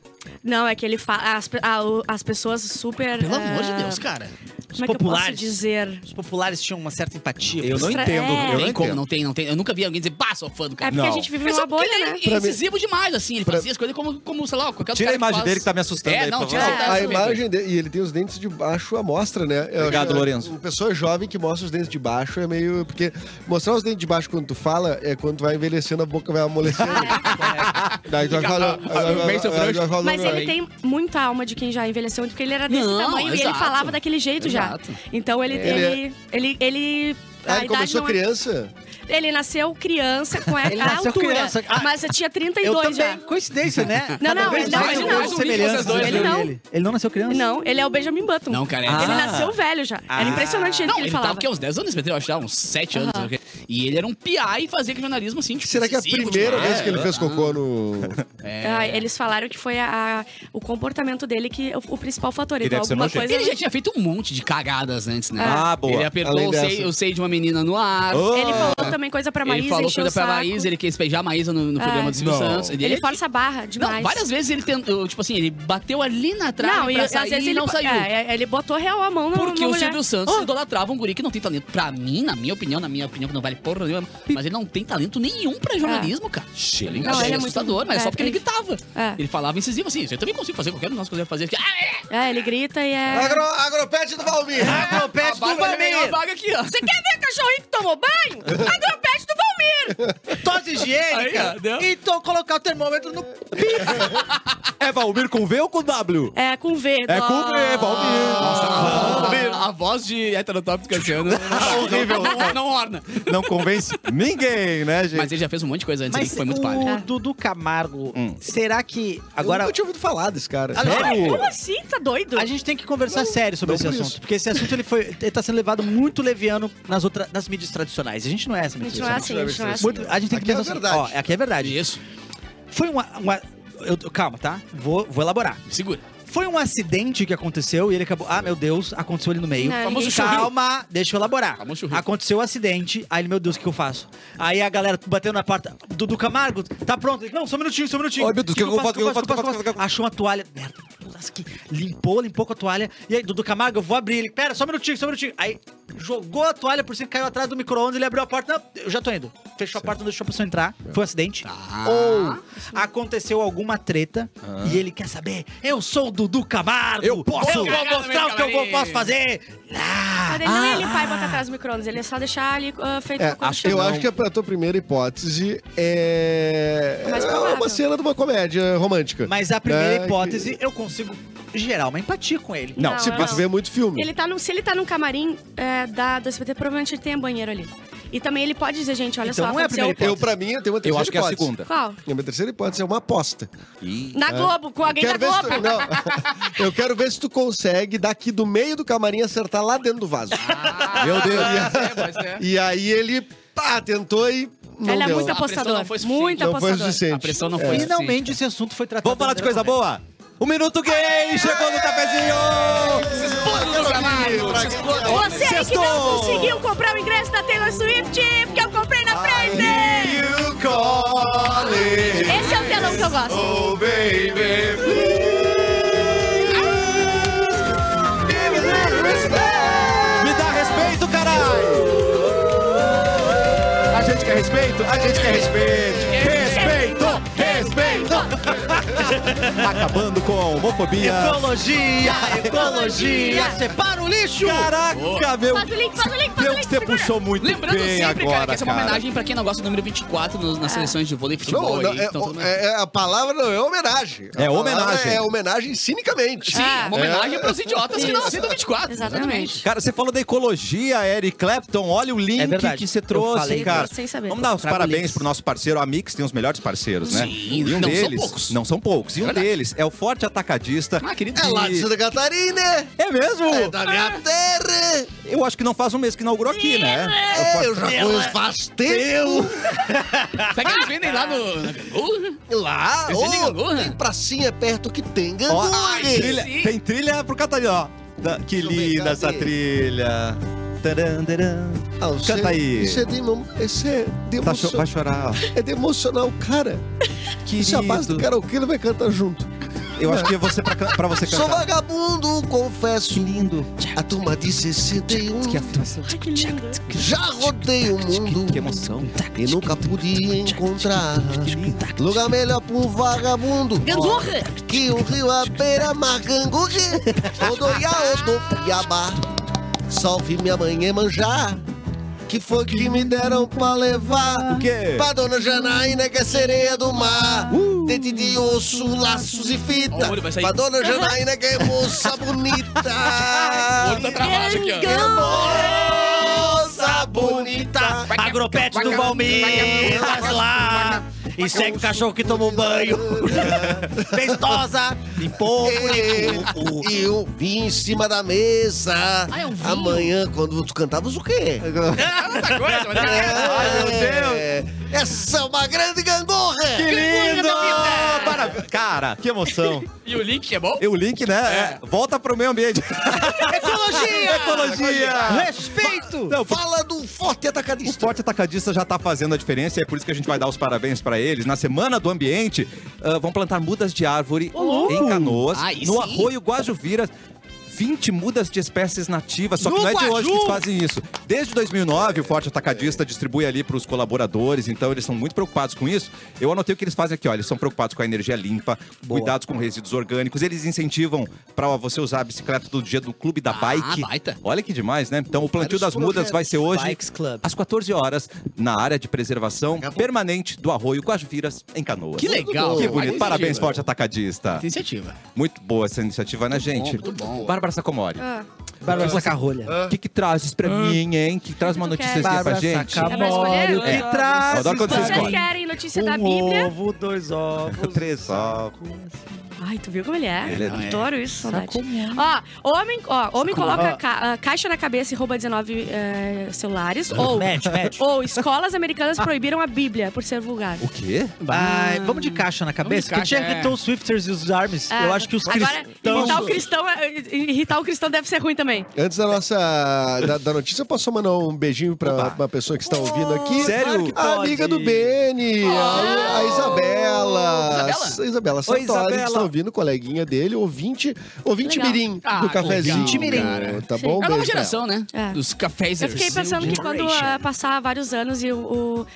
D: Não, é que ele fala, as, pe- ah, o- as pessoas super...
B: Pelo
D: ah,
B: amor de Deus, cara.
D: Como é que eu posso
E: populares.
D: dizer?
E: Os populares tinham uma certa empatia.
A: Eu não
D: Estra-
A: entendo,
D: é.
A: eu não
B: tem como,
A: entendo.
B: não tem, não tem. Eu nunca vi alguém dizer, pá, sou fã do
D: É
B: cara.
D: porque a
A: Não.
D: gente vive
B: Mas
D: numa
B: só porque
D: bolha,
B: ele
D: né?
B: é incisivo demais, assim. Ele fazia as coisas como, como, sei lá, qualquer outro
A: Tira a
B: cara
A: imagem
B: faz.
A: dele que tá me assustando
B: É,
A: aí,
B: não,
A: por Ah,
B: tira
D: favor.
B: essa-
C: A
B: essa-
C: imagem dele, e ele tem os dentes de baixo à mostra, né? Eu
A: Obrigado,
C: acho que
A: Lourenço.
C: Uma pessoa jovem que mostra os dentes de baixo é meio. Porque mostrar os dentes de baixo quando tu fala é quando tu vai envelhecendo, a boca vai amolecendo. É. Daí tu vai falando.
B: Fica- bem seu frouxo.
D: Mas
B: Não,
D: ele
B: hein?
D: tem muita alma de quem já envelheceu, porque ele era desse
B: Não,
D: tamanho e ele
B: exato.
D: falava daquele jeito
B: Exato.
D: já. Então ele.
C: Ele é-
D: Ele. ele, ele
C: Ah,
D: a
C: ele
D: idade
C: começou
D: não é-
C: criança?
D: Ele nasceu criança com a,
E: Ele
D: a
E: nasceu
D: altura.
E: criança. Ah,
D: mas tinha
E: Eu
D: 32
E: também.
D: já.
E: Coincidência, né?
D: Não,
E: Cada
D: não,
E: vez
D: ele não,
E: mais
D: ele
E: eu
D: não.
E: vejo
D: Eu
B: vi
E: semelhanças
B: vocês dois,
E: entre
D: né?
E: eu e ele. Ele não nasceu criança?
D: Não, ele é o Benjamin Button.
B: Não, cara, é
D: Ele
E: Ah.
D: nasceu velho já. Era impressionante o jeito
B: Não,
D: que ele,
B: ele
D: falava.
B: tava o quê? Uns 10 anos, eu acho, tá? uns 7 anos. sei
D: Aham.
B: lá o quê. E ele era um piá e fazia aquele jornalismo assim, tipo,
C: Será que é a
B: incisivo
C: primeira
B: demais. né?
C: vez que ele fez cocô no.
D: Ah,
B: É.
D: eles falaram que foi a- a- o comportamento dele que é o, o principal fator.
A: Ele
D: Então,
A: deve ser
D: alguma
A: nojento.
D: coisa.
B: Ele já tinha feito um monte de cagadas antes, né?
A: Ah, boa.
B: Ele apertou
C: Além
B: o seio,
C: dessa.
B: o seio de uma menina no ar.
A: Ô,
D: É. Ele falou também coisa pra Maísa,
B: é ele falou
D: encheu
B: coisa
D: o
B: pra
D: saco.
B: Maísa, ele quis beijar a Maísa no, no
D: É.
B: programa do Silvio
A: Não.
B: Santos.
D: Ele força a barra demais.
B: Não, várias vezes ele tentou, tipo assim, ele bateu ali na trave
D: Não, e
B: pra
D: às
B: sair
D: vezes
B: e
D: ele
B: não saiu.
D: é, ele botou real a mão no
B: Porque
D: na
B: o
D: mulher.
B: Silvio Santos idolatrava um guri que não tem talento. Pra mim, na minha opinião, na minha opinião, que não vale porra nenhuma, mas ele não tem talento nenhum pra jornalismo, cara. Ele
D: Ah. Não,
B: achei
D: ele é muito-
B: assustador, mas
D: é,
B: só porque ele
D: ele-
B: gritava.
D: é.
B: Ele falava incisivo assim, eu também consigo fazer qualquer um de nós quiser fazer. Ah, é,
D: É, ele grita e é.
C: Agro, agropete do Valmir!
E: Agropete do
B: Bárbara ganhou é a
E: Valmir!
B: vaga aqui, ó.
D: Você quer ver cachorrinho que tomou banho? Agropete do Valmir!
E: Tosse higiênica!
B: Aí, ó, deu.
E: então colocar o termômetro no...
A: É Valmir com V ou com W?
D: É, com V.
A: É
D: dó.
A: com V, é Valmir. Valmir.
B: Ah, A, a voz de heterotópico Cassiano
C: Ah,
B: não,
A: Horrível.
B: não, não, não orna.
A: Não convence ninguém, né, gente?
B: Mas ele já fez um monte de coisa antes, aí
E: Mas
B: que foi muito
E: o
B: palha.
D: Ah.
E: Dudu Camargo,
A: Hum.
E: será que...
C: Agora. Eu
E: Agora,
C: nunca tinha ouvido falar desse cara.
E: Ah, não.
A: Sério?
D: Como assim? Tá doido?
E: a gente tem que conversar sério sobre
C: não
E: esse
C: por
E: assunto.
C: isso.
E: Porque esse assunto, ele, foi, ele tá sendo levado muito leviano nas, outra, nas mídias tradicionais. A gente não é essa
D: A
E: mídia
D: gente não é assim,
E: tradicional.
D: a gente não é assim.
E: Muito- a gente tem que
C: Aqui é
E: pensar
C: a
E: assim,
C: verdade.
E: ó, aqui é verdade.
B: Isso,
E: Foi uma... uma- eu- calma, tá? Vou, vou elaborar.
B: segura.
E: Foi um acidente que aconteceu e ele acabou. Ah, meu Deus, aconteceu ali no meio.
D: Não,
B: Famoso ninguém- churril.
E: Calma, deixa eu elaborar.
B: Famoso churril.
E: Aconteceu o acidente, aí ele, meu Deus, o que eu faço? Aí a galera bateu na porta. Dudu Camargo, tá pronto? Ele, Não, só um minutinho, só um minutinho.
A: Ai, meu Deus, o que eu
E: Desculpa,
A: faço, o que eu
E: desculpa,
A: faço, o que eu
E: desculpa,
A: faço, o que eu faço?
E: Achou uma toalha. Merda, putz, que limpou, limpou com a toalha. E aí, Dudu Camargo, eu vou abrir. Ele, pera, só um minutinho, só um minutinho. Aí jogou a toalha por cima, caiu atrás do micro-ondas, ele abriu a porta. Não, eu já tô indo. Fechou a porta, não deixou a pessoa entrar. Foi um acidente.
A: Tá.
E: Ou aconteceu alguma treta e ele quer saber, eu sou o Dudu Camargo.
A: Eu posso.
E: Eu vou mostrar o que eu vou, posso fazer.
D: Mas
E: Ah,
D: ele não ia limpar e botar atrás do micro-ondas, ele ia só deixar ali ah, feito
C: É,
D: cocô no
A: acho-
D: chão.
C: eu
A: não.
C: acho que a tua primeira hipótese é.
D: É mais
C: é
D: provável.
C: uma cena de uma comédia romântica.
E: Mas a primeira
C: Né,
E: hipótese, eu consigo gerar uma empatia com ele.
C: Não,
D: Não,
C: se
D: não.
C: tu vê muito filme.
D: Ele tá num- se ele tá num camarim é, da, do SBT, provavelmente ele tem um banheiro ali. E também ele pode dizer, gente, olha
E: Então
D: só,
E: não é a
D: aconteceu-
E: primeira
C: Eu, pra mim, eu tenho uma
A: Eu
C: terceira
A: acho que é a
C: hipótese.
A: segunda.
D: Qual?
C: A minha terceira hipótese é uma aposta.
D: Na Globo, com alguém
C: É. Quero
D: da
C: ver se
D: Globo.
C: tu, não. Eu quero ver se tu consegue, daqui do meio do camarim, acertar lá dentro do vaso.
D: Ah.
A: Meu Deus.
D: é,
C: E aí ele, pá, tentou e não
D: Ela é
C: deu.
D: muito
B: A pressão
D: apostadora.
B: não foi suficiente.
D: Muito
C: Não foi o
D: apostadora.
B: A
C: suficiente. É.
B: pressão não foi suficiente.
E: Finalmente esse assunto foi tratado.
A: Vamos falar de coisa
E: maneira
A: boa? O Minuto Gay chegou no cafezinho!
B: Explode no trabalho! Se exploda.
D: Você aí que
A: Sextou!
D: não conseguiu comprar o ingresso da Taylor Swift, porque eu comprei na frente!
A: You call it,
D: Esse é o telão que eu gosto.
A: oh baby, please. Give me that respect. Me dá respeito, caralho! respeito, a gente quer respeito.
B: Respeito,
A: respeito. Acabando com homofobia.
E: Ecologia, ecologia, separa o lixo!
A: Caraca, meu.
D: Faz o link, faz o link, faz o
A: Meu,
D: link,
A: você
D: segura.
A: puxou muito
B: Lembrando
A: bem
B: sempre,
A: agora,
B: cara, que essa é uma homenagem pra quem não gosta do número 24 nos-
D: É.
B: nas seleções de vôlei e futebol.
C: Não, não,
B: aí,
C: é-
B: então, todo mundo-
C: é- é- a palavra não é homenagem. A
A: né? É
C: palavra
A: homenagem.
C: É homenagem cinicamente.
B: Sim, é uma homenagem pros idiotas que não
D: Isso.
B: aceitam 24.
D: Exatamente.
A: Cara, você falou da ecologia, Eric Clapton. Olha o link
E: É verdade.
A: que você
E: Eu
A: trouxe,
E: falei.
A: cara.
D: Sem saber.
A: Vamos dar os
E: Trago
A: parabéns
E: links.
A: pro nosso parceiro. A Mix tem os melhores parceiros, né?
B: Sim,
A: e um
B: não são
A: deles.
B: poucos.
A: Não são poucos. E um
B: Verdade.
A: deles é o Forte Atacadista.
B: Ah, querido.
C: É lá de Santa Catarina.
A: É mesmo?
C: É da minha terra.
A: Eu acho que não faz um mês que inaugurou aqui, né? É o
C: É,
A: Forte-
C: eu já conheço faz tempo.
B: Será que eles vendem lá no... na Gaúcha?
C: Lá,
B: Você liga a
C: ô,
B: lua?
C: tem pracinha perto que tem
A: é Ó,
C: gandula.
A: ai, trilha-
B: sim.
A: tem trilha pro Catarina, ó. Da- que
C: Deixa eu ver,
A: linda essa
C: cadê?
A: trilha. Taran, taran.
C: Ah, o
A: Canta
C: seu-
A: aí.
C: Isso é de, emo- esse é de
A: Tá cho-
C: emoção.
A: vai chorar, ó.
C: é de emocionar o cara. Isso é a base do
A: Querido,
C: karaokê, ele vai cantar junto.
A: eu acho que é você pra, can- pra você
C: Sou
A: cantar.
C: vagabundo, confesso. lindo. A turma de 61.
A: Que aflição,
D: Ai, que lindo.
C: Já rodei o mundo.
A: que emoção.
C: E nunca pude encontrar lugar melhor pra um vagabundo
D: Gandorra!
C: que o rio à beira-mar Ganguge, Odoiá, Odopiabá. Salve minha mãe Emanjá, que foi que me deram pra levar.
A: O quê?
C: Pra dona Janaína, que é sereia do mar. Dente de osso, laços e fita.
B: Ó, o olho vai sair.
C: pra dona Janaína, que é moça
B: O
C: bonita.
B: olho tá travado aqui, ó.
C: Moça bonita.
E: Agropet do Valmir, vai lá! E segue o cachorro que tomou banho. Festosa, limpou, bonito.
C: E eu vim em cima da mesa.
B: Ah, é um vinho.
C: Amanhã, quando tu cantavas o quê?
B: Ah, outra coisa, mas
A: meu
C: É, Essa é uma grande gangorra!
A: Que lindo!
B: minha vida!
A: Maravilha. Cara, que emoção.
B: E o link é bom?
A: E o link, né? é, volta pro meio ambiente.
E: Ecologia!
A: Ecologia!
E: Respeito!
A: Não, porque
C: Fala do forte
A: o
C: atacadista.
A: Forte Atacadista já tá fazendo a diferença e é por isso que a gente vai dar os parabéns pra eles. Na Semana do Ambiente, ah, vão plantar mudas de árvore em Canoas,
B: Aí
A: no
B: sim.
A: Arroio Guajuvira. 20 mudas de espécies nativas, só que
E: No
A: não é de hoje que
E: Guaju!
A: eles fazem isso. Desde 2009, o Forte Atacadista distribui ali para os colaboradores, então eles são muito preocupados com isso. Eu anotei o que eles fazem aqui, ó, eles são preocupados com a energia limpa, cuidados com resíduos orgânicos, eles incentivam para você usar a bicicleta todo dia do Clube da
B: Ah,
A: Bike.
B: baita.
A: Olha que demais, né? Então o plantio das
C: Vários
A: mudas
C: projetos.
A: vai ser hoje
E: Bikes Club.
A: às 14 horas, na área de preservação permanente do Arroio Guajuviras, em Canoas.
B: Que legal.
A: Que
B: Olha a
A: bonito. Parabéns,
B: iniciativa.
A: Forte Atacadista.
B: Iniciativa.
A: Muito boa essa iniciativa, né, gente?
B: muito bom.
A: Bárbara Sacomori, o
D: Ah,
E: Bárbara Sacarrolha.
A: que que trazes pra mim, hein? Que traz uma
D: Tu quer?
A: notíciazinha pra gente?
D: É pra escolher?
E: o que
D: É.
E: traz?
A: Eu adoro quando
E: pra
A: vocês
D: Vocês
E: gente?
A: escolhem.
D: querem notícia
E: Um
D: da Bíblia?
E: ovo, dois ovos.
A: Três ovos.
D: Ai, tu viu como ele é?
A: Ele é-
D: Adoro isso, saudade. Ó, homem, ó, homem coloca ca- ah, caixa na cabeça e rouba 19 eh, celulares. Ou,
E: Mete, mete.
D: ou escolas americanas proibiram a Bíblia por ser vulgar.
A: O quê?
E: Ai, vamos de caixa na
B: Vamos de
E: cabeça. Porque
B: caixa,
E: tinha que
B: é.
E: ter os Swifters e os Arms.
D: É.
E: Eu acho que os
D: Agora,
E: cristãos...
D: irritar o cristão, é- irritar o cristão deve ser ruim também.
C: Antes da nossa da, da notícia, eu posso só mandar um beijinho pra
A: Opa.
C: uma pessoa que está ouvindo aqui?
A: Sério?
E: Claro que
C: A
E: pode.
C: amiga do Beni, Ah, a, a Isabela.
B: Isabela?
C: S- Isabela
A: Oi,
C: Sartori, que
A: Isabela.
C: está ouvindo, coleguinha dele, ouvinte, ouvinte
D: Legal.
C: mirim
B: Ah,
C: do cafezinho.
B: ouvinte mirim.
C: Tá bom?
B: É a nova
C: Beijo pra
B: geração, né?
D: É.
B: Dos cafés.
D: Eu fiquei pensando
B: um
D: que quando ah, passar vários anos e o. o...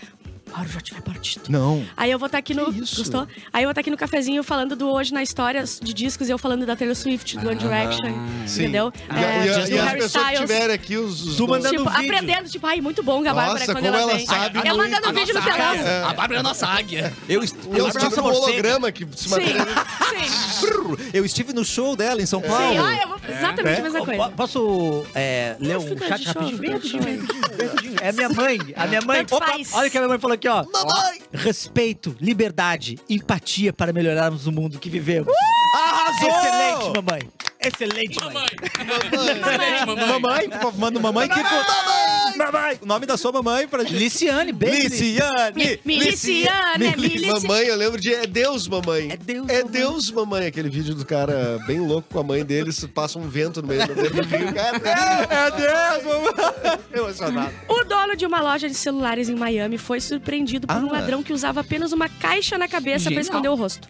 D: Mauro já tiver partido.
A: Não.
D: Aí eu vou estar aqui no.
C: Que isso?
D: Gostou? Aí eu vou estar aqui no cafezinho falando do hoje na história de discos e eu falando da Taylor Swift, do One Direction.
C: Ah, Sim.
D: Entendeu?
C: E, a- e a-
D: do
C: e as
D: É, Harry
C: pessoas que
D: Styles.
C: tiverem aqui, os, os
E: Tu
C: dois-
E: mandando
D: Tipo,
E: vídeo.
D: aprendendo, tipo, ai, muito bom a Bárbara
C: Nossa,
D: quando
C: como
D: ela
C: ela
D: vem.
C: sabe
D: eu
C: muito.
D: mandando vídeo no telão.
B: A Bárbara é a nossa águia.
A: Eu, est-
C: Eu
A: eu,
E: Bárbara
C: tive um
E: Fonseca.
C: holograma que se
D: Sim,
C: manteve.
D: sim. sim.
A: eu estive no show dela em São Paulo.
D: Ah, eu vou exatamente a mesma
C: É,
D: coisa.
E: É. Po- Posso é, ler um
D: fica
E: chat
D: de show,
E: rapidinho? Bem
D: fica de
E: rapidinho, bem rapidinho, bem rapidinho. É minha mãe, a minha mãe.
D: Tanto faz.
E: olha o que a minha mãe falou aqui, ó.
C: Mamãe!
E: Respeito, liberdade, empatia para melhorarmos o mundo que vivemos.
A: Arrasou!
E: Excelente, mamãe. Excelente, mamãe.
B: Mamãe. Excelente, mamãe.
A: Mamãe, por favor, manda mamãe que... Mamãe! O nome da sua mamãe pra gente.
E: Liciane, beijo.
A: Liciane!
D: Mi- Miliciane, é
A: Liciane.
D: Miliciane.
C: Mamãe, eu lembro de É Deus, Mamãe.
E: É Deus,
C: É
E: mamãe.
C: Deus, Mamãe. Aquele vídeo do cara bem louco com a mãe dele, se passa um vento no meio do dedo do rio. Cara,
A: É Deus, mamãe! Emocionado.
D: O dono de uma loja de celulares em Miami foi surpreendido por um
A: Ah.
D: ladrão que usava apenas uma caixa na cabeça para
B: Genial.
D: esconder o rosto.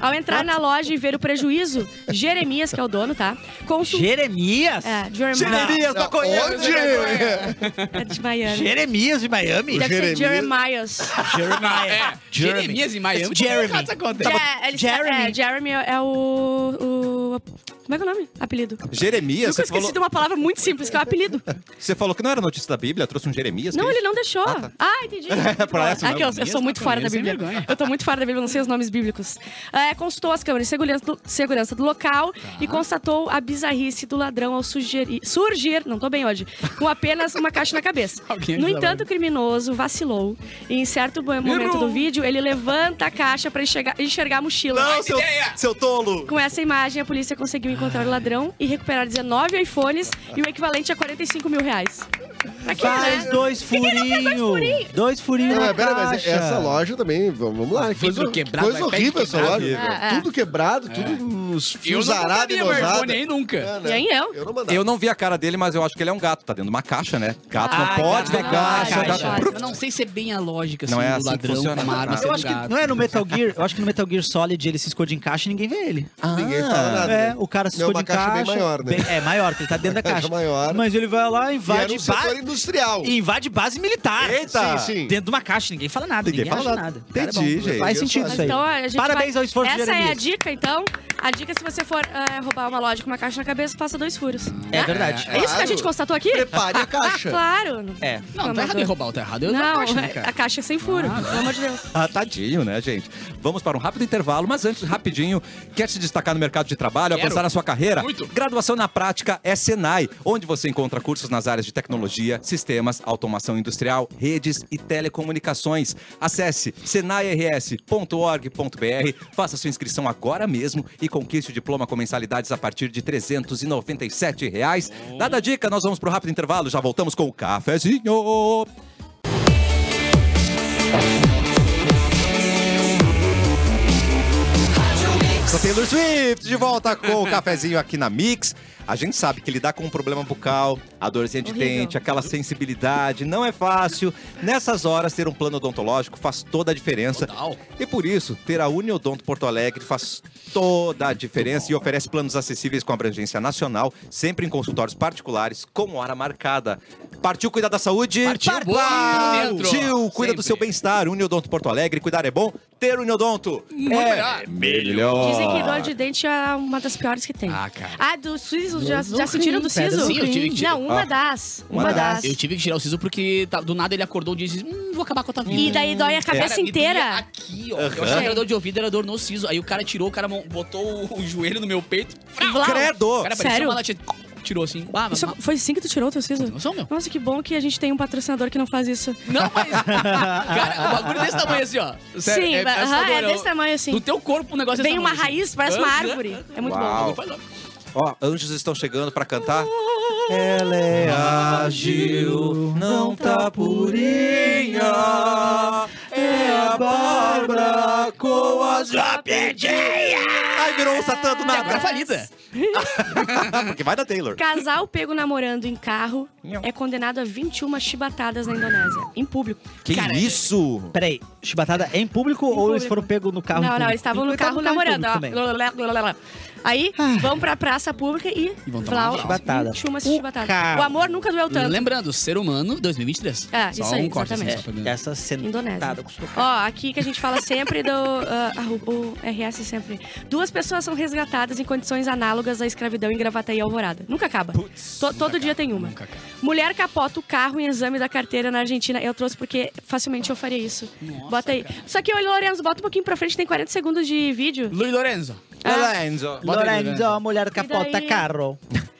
D: Ao entrar na loja e ver o prejuízo, Jeremias, que é o dono, tá? Consul...
E: Jeremias?
D: É, Jeremias.
F: tá
A: Jeremias,
C: Não,
A: maconheiro!
C: onde?
D: É de Miami.
E: Jeremias de Miami?
D: Deve ser
A: Jeremias.
D: Jeremias.
E: Tá Jeremiah.
B: É,
E: Jeremy.
B: Jeremias em Miami.
E: It's Jeremy.
B: Como é que essa conta?
D: Je- ele-
E: Tá Jeremy.
D: É, Jeremy é o, o- Como é que é o nome? Apelido.
A: Jeremias,
D: Nunca
A: você
D: esqueci
A: falou,
D: de uma palavra muito simples, que é o apelido.
A: você falou que não era notícia da Bíblia, trouxe um Jeremias.
D: Não,
A: que
D: ele
A: isso?
D: não deixou. Ah, entendi.
A: Pra essa,
D: Ah, que eu,
A: né?
D: eu sou muito
B: Tá
D: fora da
B: comendo sem
D: Bíblia.
B: vergonha.
D: Eu tô muito fora da Bíblia, não sei os nomes bíblicos. É, consultou as câmeras de segurança do, segurança do local
B: Tá.
D: e constatou a bizarrice do ladrão ao sugerir, surgir, não tô bem hoje, com apenas uma caixa na cabeça.
B: Alguém
D: No
B: ajuda
D: entanto, o criminoso vacilou e em certo bo- momento do vídeo, ele levanta a caixa pra enxergar, enxergar a mochila.
A: Não, seu,
B: ideia!
A: seu tolo!
D: Com essa imagem, a polícia conseguiu encontrar o ladrão e recuperar 19 iPhones e o equivalente a 45 mil reais. Pra quê,
E: Faz
D: né?
E: dois furinhos. Dois furinhos
F: Não,
E: na
F: é, pera, mas
E: caixa.
F: essa loja também, vamos vamos lá. que
B: Vidro
F: Coisa,
B: quebrado,
F: coisa
B: iPad
F: horrível essa
B: quebrado.
F: loja.
D: É, é.
F: Tudo quebrado, tudo nos
B: Eu
F: fios
B: não
F: arados e
B: mandaria meu
F: nosados.
B: iPhone aí nunca.
F: É, né?
D: Nem eu.
F: Eu não mandava.
A: Eu não vi a cara dele, mas eu acho que ele é um gato. Tá dentro de uma caixa, né? Gato
E: Ah,
A: não pode
E: gato
A: ver
E: não
A: caixa.
E: pode,
A: gato-
E: caixa.
B: Eu não sei se é bem a lógica, assim,
A: Não é
B: do
A: assim que
B: ladrão com
A: funciona.
B: uma arma
A: Ah.
B: sendo
E: Eu acho que
B: gato.
E: não é no Metal Gear. Eu acho que no Metal Gear Solid ele se esconde em caixa e ninguém vê ele.
F: Ninguém fala nada.
E: É,
F: né?
E: o cara se
F: Não,
E: esconde
F: uma
E: em
F: caixa
E: caixa.
F: bem maior, né?
E: bem- é, maior, porque ele tá dentro da
F: caixa
E: caixa.
F: maior.
E: Mas ele vai lá,
F: E era
E: invade,
F: um
E: ba-
F: setor industrial.
E: e invade base militar.
A: Eita!
F: Sim, sim.
E: Dentro de uma caixa, ninguém fala nada,
A: Ninguém
E: ninguém,
A: fala
E: acha
A: nada.
E: nada. O cara é bom.
A: Entendi, gente.
E: Faz sentido
F: Mas
E: isso aí.
D: Então, a gente
E: Parabéns
D: vai-
E: ao esforço de
D: Essa é a
E: Jeremias.
D: dica, então. A dica é se você for é, roubar uma loja com uma caixa na cabeça, faça dois furos.
E: É verdade.
D: É isso que a
F: Claro.
D: gente constatou aqui?
F: Prepare a
D: Ah,
F: caixa.
D: claro.
E: É.
B: Não, não tá errado em roubar, tá errado. Eu
D: Não,
B: não acho, né,
D: a
B: cara?
D: caixa é sem furo, pelo amor de Deus.
A: Ah, tadinho, né, gente? Vamos para um rápido intervalo, mas antes, rapidinho, quer se destacar no mercado de trabalho,
B: Quero.
A: avançar na sua carreira?
B: Muito.
A: Graduação na prática é Senai, onde você encontra cursos nas áreas de tecnologia, sistemas, automação industrial, redes e telecomunicações. Acesse senairs.org.br, faça sua inscrição agora mesmo e conquiste o diploma com mensalidades a partir de R$ 397 reais. Dada a dica, nós vamos para o rápido intervalo, já voltamos com o cafezinho. Sou Taylor Swift de volta com o cafezinho aqui na Mix. A gente sabe que lidar com um problema bucal, a dorzinha de
D: Horrível.
A: dente, aquela sensibilidade, não é fácil. Nessas horas, ter um plano odontológico faz toda a diferença.
B: Total.
A: E por isso, ter a Uniodonto Porto Alegre faz toda a diferença e oferece planos acessíveis com abrangência nacional, sempre em consultórios particulares, com hora marcada. Partiu cuidar da saúde?
B: Partiu, boa, dentro.
A: Partiu! Cuida do
B: Sempre.
A: seu bem-estar. Uniodonto Porto Alegre, cuidar é bom, ter Uniodonto É.
B: Muito melhor.
A: melhor.
D: Dizem que dor de dente é uma das piores que tem.
B: Ah, cara.
D: Ah, do siso, já, já sentiram do
E: pedra
D: siso?
E: no
B: Sim, eu tive que tirar.
D: Não, uma
A: Ah.
D: das.
A: Uma
D: Uma,
A: das.
D: das.
B: Eu tive que tirar o siso porque tá- do nada ele acordou e disse: Hum, vou acabar com a tua vida.
D: E daí dói a cabeça
B: Cara, me doía
D: inteira.
B: Aqui, ó. Eu achei que era dor de ouvido, era dor no siso. Aí o cara tirou, o cara mo- botou o, o joelho no meu peito.
D: Vlau.
A: Credo!
B: O cara parecia
D: Sério?
B: uma latinha. Tirou assim. Ah, mas,
D: Isso- foi assim que tu tirou o teu siso?
B: Não sou, meu.
D: Nossa, que bom que a gente tem um patrocinador que não faz isso.
B: Não, mas. Cara, o bagulho desse tamanho assim, ó. Sério,
D: Sim, aham, é
B: assustador, ó.
D: desse tamanho assim.
B: Do teu corpo o negócio é
D: Vem
B: desse
D: uma
B: tamanho, assim.
D: raiz, parece uma
B: Aham.
D: árvore. É muito
A: Uau.
D: bom.
B: Faz lá.
A: Ó, anjos estão chegando pra cantar. Ela é ágil, não tá purinha. É a Bárbara com as rapidinhas. Ai, virou um satã do
B: Agora é
A: nada. Ah,
B: falida.
A: Porque vai da Taylor.
D: Casal pego namorando em carro
A: Não.
D: é condenado a 21 chibatadas na Indonésia, em público.
A: Que
B: Cara,
A: isso?
E: Peraí, chibatada é em público ou eles
D: público.
E: foram pegos no carro? em
D: não, não,
E: público?
D: eles estavam no
E: Eles
D: carro
E: em público
D: namorando. ó.
E: também. Ah.
D: Lá, lá, lá, lá. Aí vão pra praça pública e,
B: E vão tomar
D: Vlau,
B: uma
E: chibatada.
D: 21
E: O
D: chibatadas.
E: carro.
D: O amor nunca doeu tanto.
B: Lembrando, ser humano 2023.
D: É,
B: Só
D: isso
B: um
D: aí,
B: corte, assim,
D: exatamente.
B: só pra-
E: Essa cena.
D: Indonésia.
E: Tá, eu costumo-
D: Ó, aqui que a gente fala sempre do. ah, arroba- o RS sempre. Duas pessoas são resgatadas em condições análogas à escravidão em Gravataí e Alvorada. Nunca acaba. To- todo dia tem uma.
B: Nunca acaba.
D: Mulher capota o carro em exame da carteira na Argentina. Eu trouxe porque facilmente eu faria isso. bota aí. Só que, ô, Lorenzo, bota um pouquinho pra frente, tem 40 segundos de vídeo.
A: É.
B: Luiz Lorenzo.
A: Lorenzo.
B: Bota aí,
E: Lorenzo, a mulher capota
D: daí?
E: carro.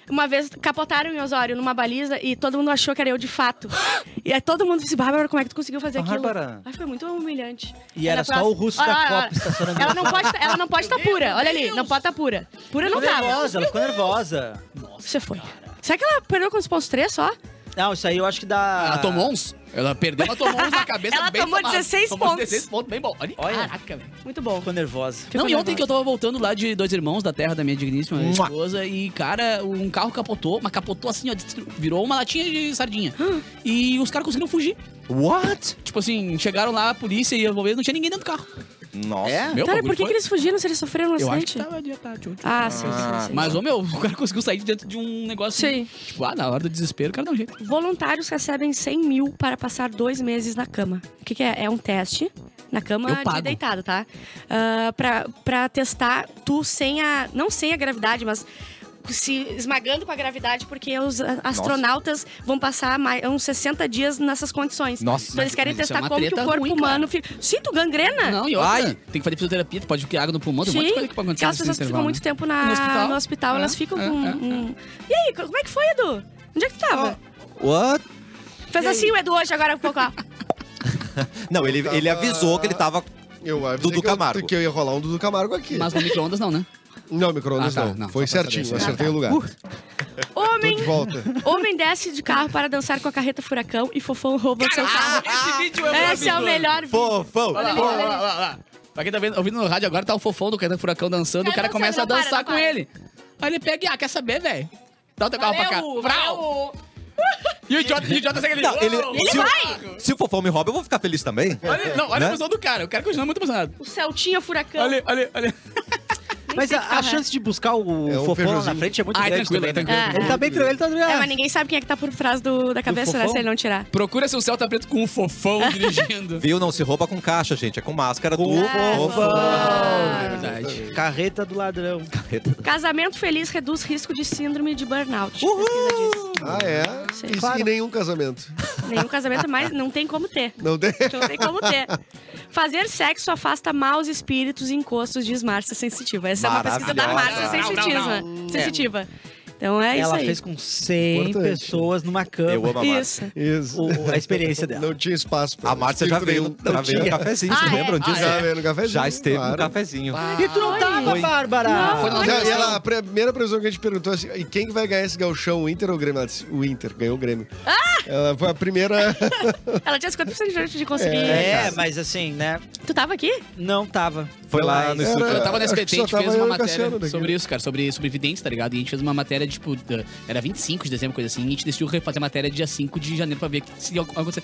D: Uma vez capotaram em Osório numa baliza e todo mundo achou que era eu de fato. e aí todo mundo disse, Bárbara, como é que tu conseguiu fazer aquilo?
A: Bárbara.
D: Ai, foi muito humilhante.
E: E
D: Aí
E: era
D: na
E: só o russo
D: Olha,
E: da
D: olha,
E: Copa
D: olha.
E: estacionando.
D: Ela não pode, ela não pode estar pura. Olha ali, não pode estar pura. Pura não
E: ficou
D: tava.
E: nervosa, ela ficou nervosa.
D: Você foi. Será que ela perdeu com os pontos três só?
E: Não, isso aí eu acho que
A: Ah.
E: dá.
B: Ela tomou uns. Ela perdeu, ela tomou uns na cabeça.
D: Ela
B: bem
D: tomou
B: tomada.
D: 16
B: tomou
D: pontos.
B: 16 pontos, bem bom. Olha,
E: Olha.
B: caraca, velho.
D: Muito bom.
E: Ficou nervosa.
B: Não, e ontem que eu tava voltando lá de Dois Irmãos, da terra da minha digníssima
A: Mua.
B: esposa, e, cara, um carro capotou, mas capotou assim, ó, destru- virou uma latinha de sardinha. E os caras conseguiram fugir.
A: What?
B: Tipo assim, chegaram lá a polícia e eu vou ver, não tinha ninguém dentro do carro.
A: Nossa.
E: É?
B: Meu
D: Ah, Cara,
B: bagulho
D: por que,
B: foi-
D: que eles fugiram se eles sofreram um
B: Eu acho que
D: acidente?
B: tava adiantado. tchum, tchum.
D: Ah, sim, sim, sim.
B: Mas, ô meu, o cara conseguiu sair de dentro de um negócio.
D: Sim.
B: Tipo, ah, na hora do desespero, o cara dá um jeito.
D: Voluntários recebem 100 mil para passar dois meses na cama. O que, que é? É um teste na cama
B: Eu
D: de
B: pago.
D: deitado, tá? Ah, pra, pra testar tu sem a. Não sem a gravidade, mas se esmagando com a gravidade, porque os a- astronautas vão passar mais, uns 60 dias nessas condições.
A: Nossa,
D: então eles
B: mas-
D: querem
B: mas isso é
D: testar
B: uma
D: como que o
B: treta
D: corpo
B: ruim,
D: humano fica. Sim, tu gangrena!
B: Não, e outra, tem que fazer fisioterapia, tu pode criar água no pulmão, tem um monte de coisa que pode acontecer
D: aquelas
B: nesse
D: pessoas que ficam
B: intervalo,
D: muito
B: né?
D: tempo na-
B: No hospital. É,
D: elas ficam
B: é,
D: com.
B: é,
D: um- E aí, como é que foi, Edu? Onde é que tu tava?
A: What?
D: Fez assim o Edu hoje, agora um pouco, ó.
A: Não, ele, ele avisou que ele tava.
F: Eu avisei
A: Dudu
F: que eu-
A: Camargo.
F: que eu ia rolar um Dudu Camargo aqui.
B: Mas no micro-ondas não, né?
F: Não, micro-ondas
B: Ah, tá,
F: não.
B: não,
F: Foi
B: só pra saber
F: certinho,
B: se-
F: acertei
B: Ah,
F: o lugar. Tô
D: Homem,
F: de volta.
D: homem desce de carro para dançar com a carreta furacão e fofão rouba seu carro.
E: Ah!
B: esse vídeo
D: Esse é o melhor vídeo.
A: Fofão!
B: Olha ali, olha ali. Pra quem tá vendo- ouvindo no rádio agora, tá o fofão do Caetano Furacão dançando,
D: Tá
B: o cara
D: dançando,
B: começa a
D: não para,
B: dançar
D: não
B: com
D: para.
B: ele. Aí ele pega e, ah, quer saber, velho? Dá o teu carro pra cá.
D: Valeu,
B: Vrau!
D: valeu.
B: E o idiota, e o idiota segue ali.
A: Não, ele,
B: Uou!
A: se, o, se o fofão me rouba, eu vou ficar feliz também.
B: Olha, não, olha
A: Né?
B: a emoção do cara. O cara continua muito emocionado.
D: O Celtinha furacão.
B: Olha, olha, olha.
E: Mas
D: sei
E: a,
D: que
E: a
D: carro é.
E: chance de buscar o
F: É um
E: fofão lá na
F: feijãozinho.
E: frente é muito
B: Ah, é
E: grande.
B: tranquilo, é tranquilo.
D: É.
E: Ele tá bem tranquilo, ele tá
D: É,
E: tranquilo.
D: mas ninguém sabe quem é que tá por trás do, da cabeça, né?
E: fofão?
D: Se ele não tirar.
B: Procura se o céu tá preto com um fofão dirigindo.
A: Viu? Não se rouba com caixa, gente. É com máscara do
D: Ah,
B: É
D: fofão.
B: verdade.
E: Carreta do ladrão.
D: Casamento feliz reduz risco de síndrome de burnout. Pesquisa diz.
F: Ah, é?
D: Sim.
F: E,
E: Claro.
F: e nenhum casamento.
D: Nenhum casamento mais não tem como ter.
F: Não tem?
D: Não tem como ter. Fazer sexo afasta maus espíritos e encostos, diz Márcia Sensitiva. Essa é uma pesquisa da
A: Maravilhosa.
D: Márcia
B: Não, não,
D: Sensitiva.
B: não.
D: Sensitiva. Então é isso
E: Ela
D: aí.
E: fez com 100
F: Importante.
E: pessoas numa cama.
A: Eu amo a Márcia.
D: Isso.
F: Isso.
E: o- a experiência dela.
F: Não tinha espaço pra
A: A Márcia já
F: espírito
A: veio,
F: nenhum.
A: já
F: Não
A: veio no
F: tinha.
A: cafezinho, vocês
D: Ah, é?
A: lembram disso?
F: Já veio no cafezinho.
A: Já esteve no
F: claro.
A: cafezinho.
B: Ah.
E: E tu não tá tava,
A: Foi.
E: Bárbara? É,
D: Não.
B: Foi
F: Não, e ela, a primeira previsão que a gente perguntou assim, e quem que vai ganhar esse galchão, o Inter ou o Grêmio? Ela disse, o Inter, ganhou o Grêmio.
E: Ah!
F: Ela foi a primeira...
D: Ela tinha 50% de chance de conseguir.
E: É, mas assim, né?
D: Tu tava aqui?
E: Não tava.
A: Foi lá
E: Mas-
A: no estúdio.
F: Era-
B: Eu tava no
F: acho que
B: SBT, a
F: só
B: gente
F: tava
B: fez
F: eu
B: uma
F: e o
B: matéria
F: Cassiano né, daqui.
B: sobre isso, cara, sobre sobreviventes, tá ligado? E a gente fez uma matéria, tipo, da- era 25 de dezembro, coisa assim, e a gente decidiu refazer a matéria dia 5 de janeiro pra ver que se ia acontecer.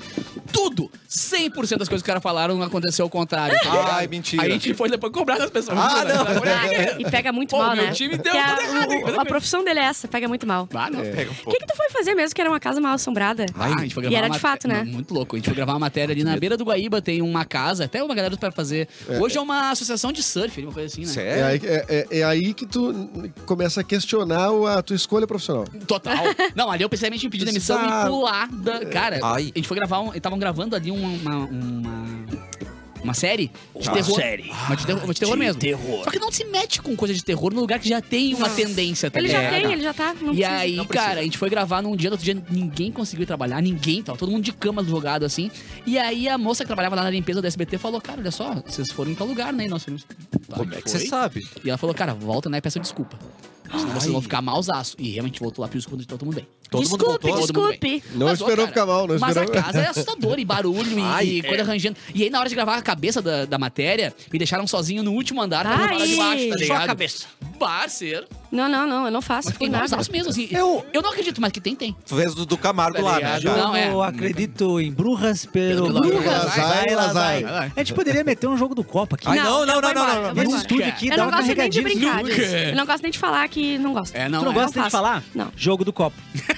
B: Tudo! 100% das coisas que o cara falaram aconteceu ao contrário. tá ligado?
A: Ai, mentira.
B: Aí a gente foi depois cobrar das pessoas.
A: Ah, não.
D: E pega muito
B: é. Pô,
D: mal,
B: meu
D: né?
B: time deu
D: Porque a,
B: tudo errado, hein?
D: o- a profissão dele é essa, pega muito mal.
B: Ah, não.
F: É.
A: Pega um
D: O
A: pouco.
D: É, que, que tu foi fazer mesmo que era uma casa mal assombrada?
B: Ah, a gente foi
D: E
B: gravar
D: era
B: uma
D: de fato, né?
B: Não, Muito louco. A gente foi gravar uma matéria ali na beira do Guaíba, tem uma casa, até uma galera pra fazer. Hoje é uma associação de surf, uma coisa assim, né?
F: É
A: Sério?
F: aí, é- é- é aí que tu começa a questionar o- a tua escolha profissional.
B: Total. Não, ali eu pensei em pedir demissão e pular da. Cara,
A: Ai.
B: a gente foi gravar. Um, estavam gravando ali uma. uma, uma... uma série de
E: Uma
B: terror.
E: série.
B: Uma de terror, uma de terror mesmo. Só que não se mete com coisa de terror num lugar que já tem uma tendência, tá
D: Ele já
B: ligado?
D: tem, ele já tá. Não
B: E
D: precisa.
B: aí, cara, a gente foi gravar num dia, no outro dia ninguém conseguiu ir trabalhar, ninguém, tava todo mundo de cama jogado assim. E aí a moça que trabalhava lá na limpeza do SBT falou: Cara, olha só, vocês foram em tal lugar, né? E nós falamos, "Tá,
A: Como é que você
B: foi?"
A: sabe?
B: E ela falou, cara, volta né, e peça desculpa. Senão vocês vão ficar mausaço. E realmente voltou lá pediu desculpa de todo mundo bem.
A: Todo mundo
D: desculpe,
A: voltou?
B: Todo mundo bem.
D: desculpe.
F: Não
B: Mas, ó,
F: esperou
B: cara,
F: ficar mal, não
B: Mas a
F: esperou.
B: casa é assustadora, e barulho, e,
A: Ai,
B: e coisa rangendo. E aí, na hora de gravar a cabeça da, da matéria, me deixaram sozinho no último andar, pra
D: Ai.
B: não de baixo, tá
D: Só a
B: ligado? cabeça. Parceiro.
D: Não, não, não, eu não faço.
B: Mas
D: Fiquei
B: fiquei
D: nada.
B: mausaço mesmo, assim. Eu, eu não acredito, mas que tem, tem.
A: Fez do, do Camargo lá, né? já?
B: Tá ligado? Não,
E: Eu
B: é.
E: acredito em Brujas pelo
B: Pelo
E: Brujas.
B: Brujas,
F: vai, lazai.
E: A gente poderia meter um jogo do copo aqui.
A: Ai,
D: Não,
A: não,
D: eu
A: não, não,
D: vou
A: não,
D: embora,
A: não. não.
D: eu vou
E: Nesse
D: embora.
E: estúdio aqui
D: Eu
E: dá
D: não
E: uma
D: gosto nem de
E: carregadinha.
D: brincar.
B: Nunca.
D: disso. Eu não gosto nem de falar que não gosto.
B: É, não,
E: Tu não
B: é.
E: gosta
D: não faço.
E: de falar?
D: Não.
E: Jogo do copo.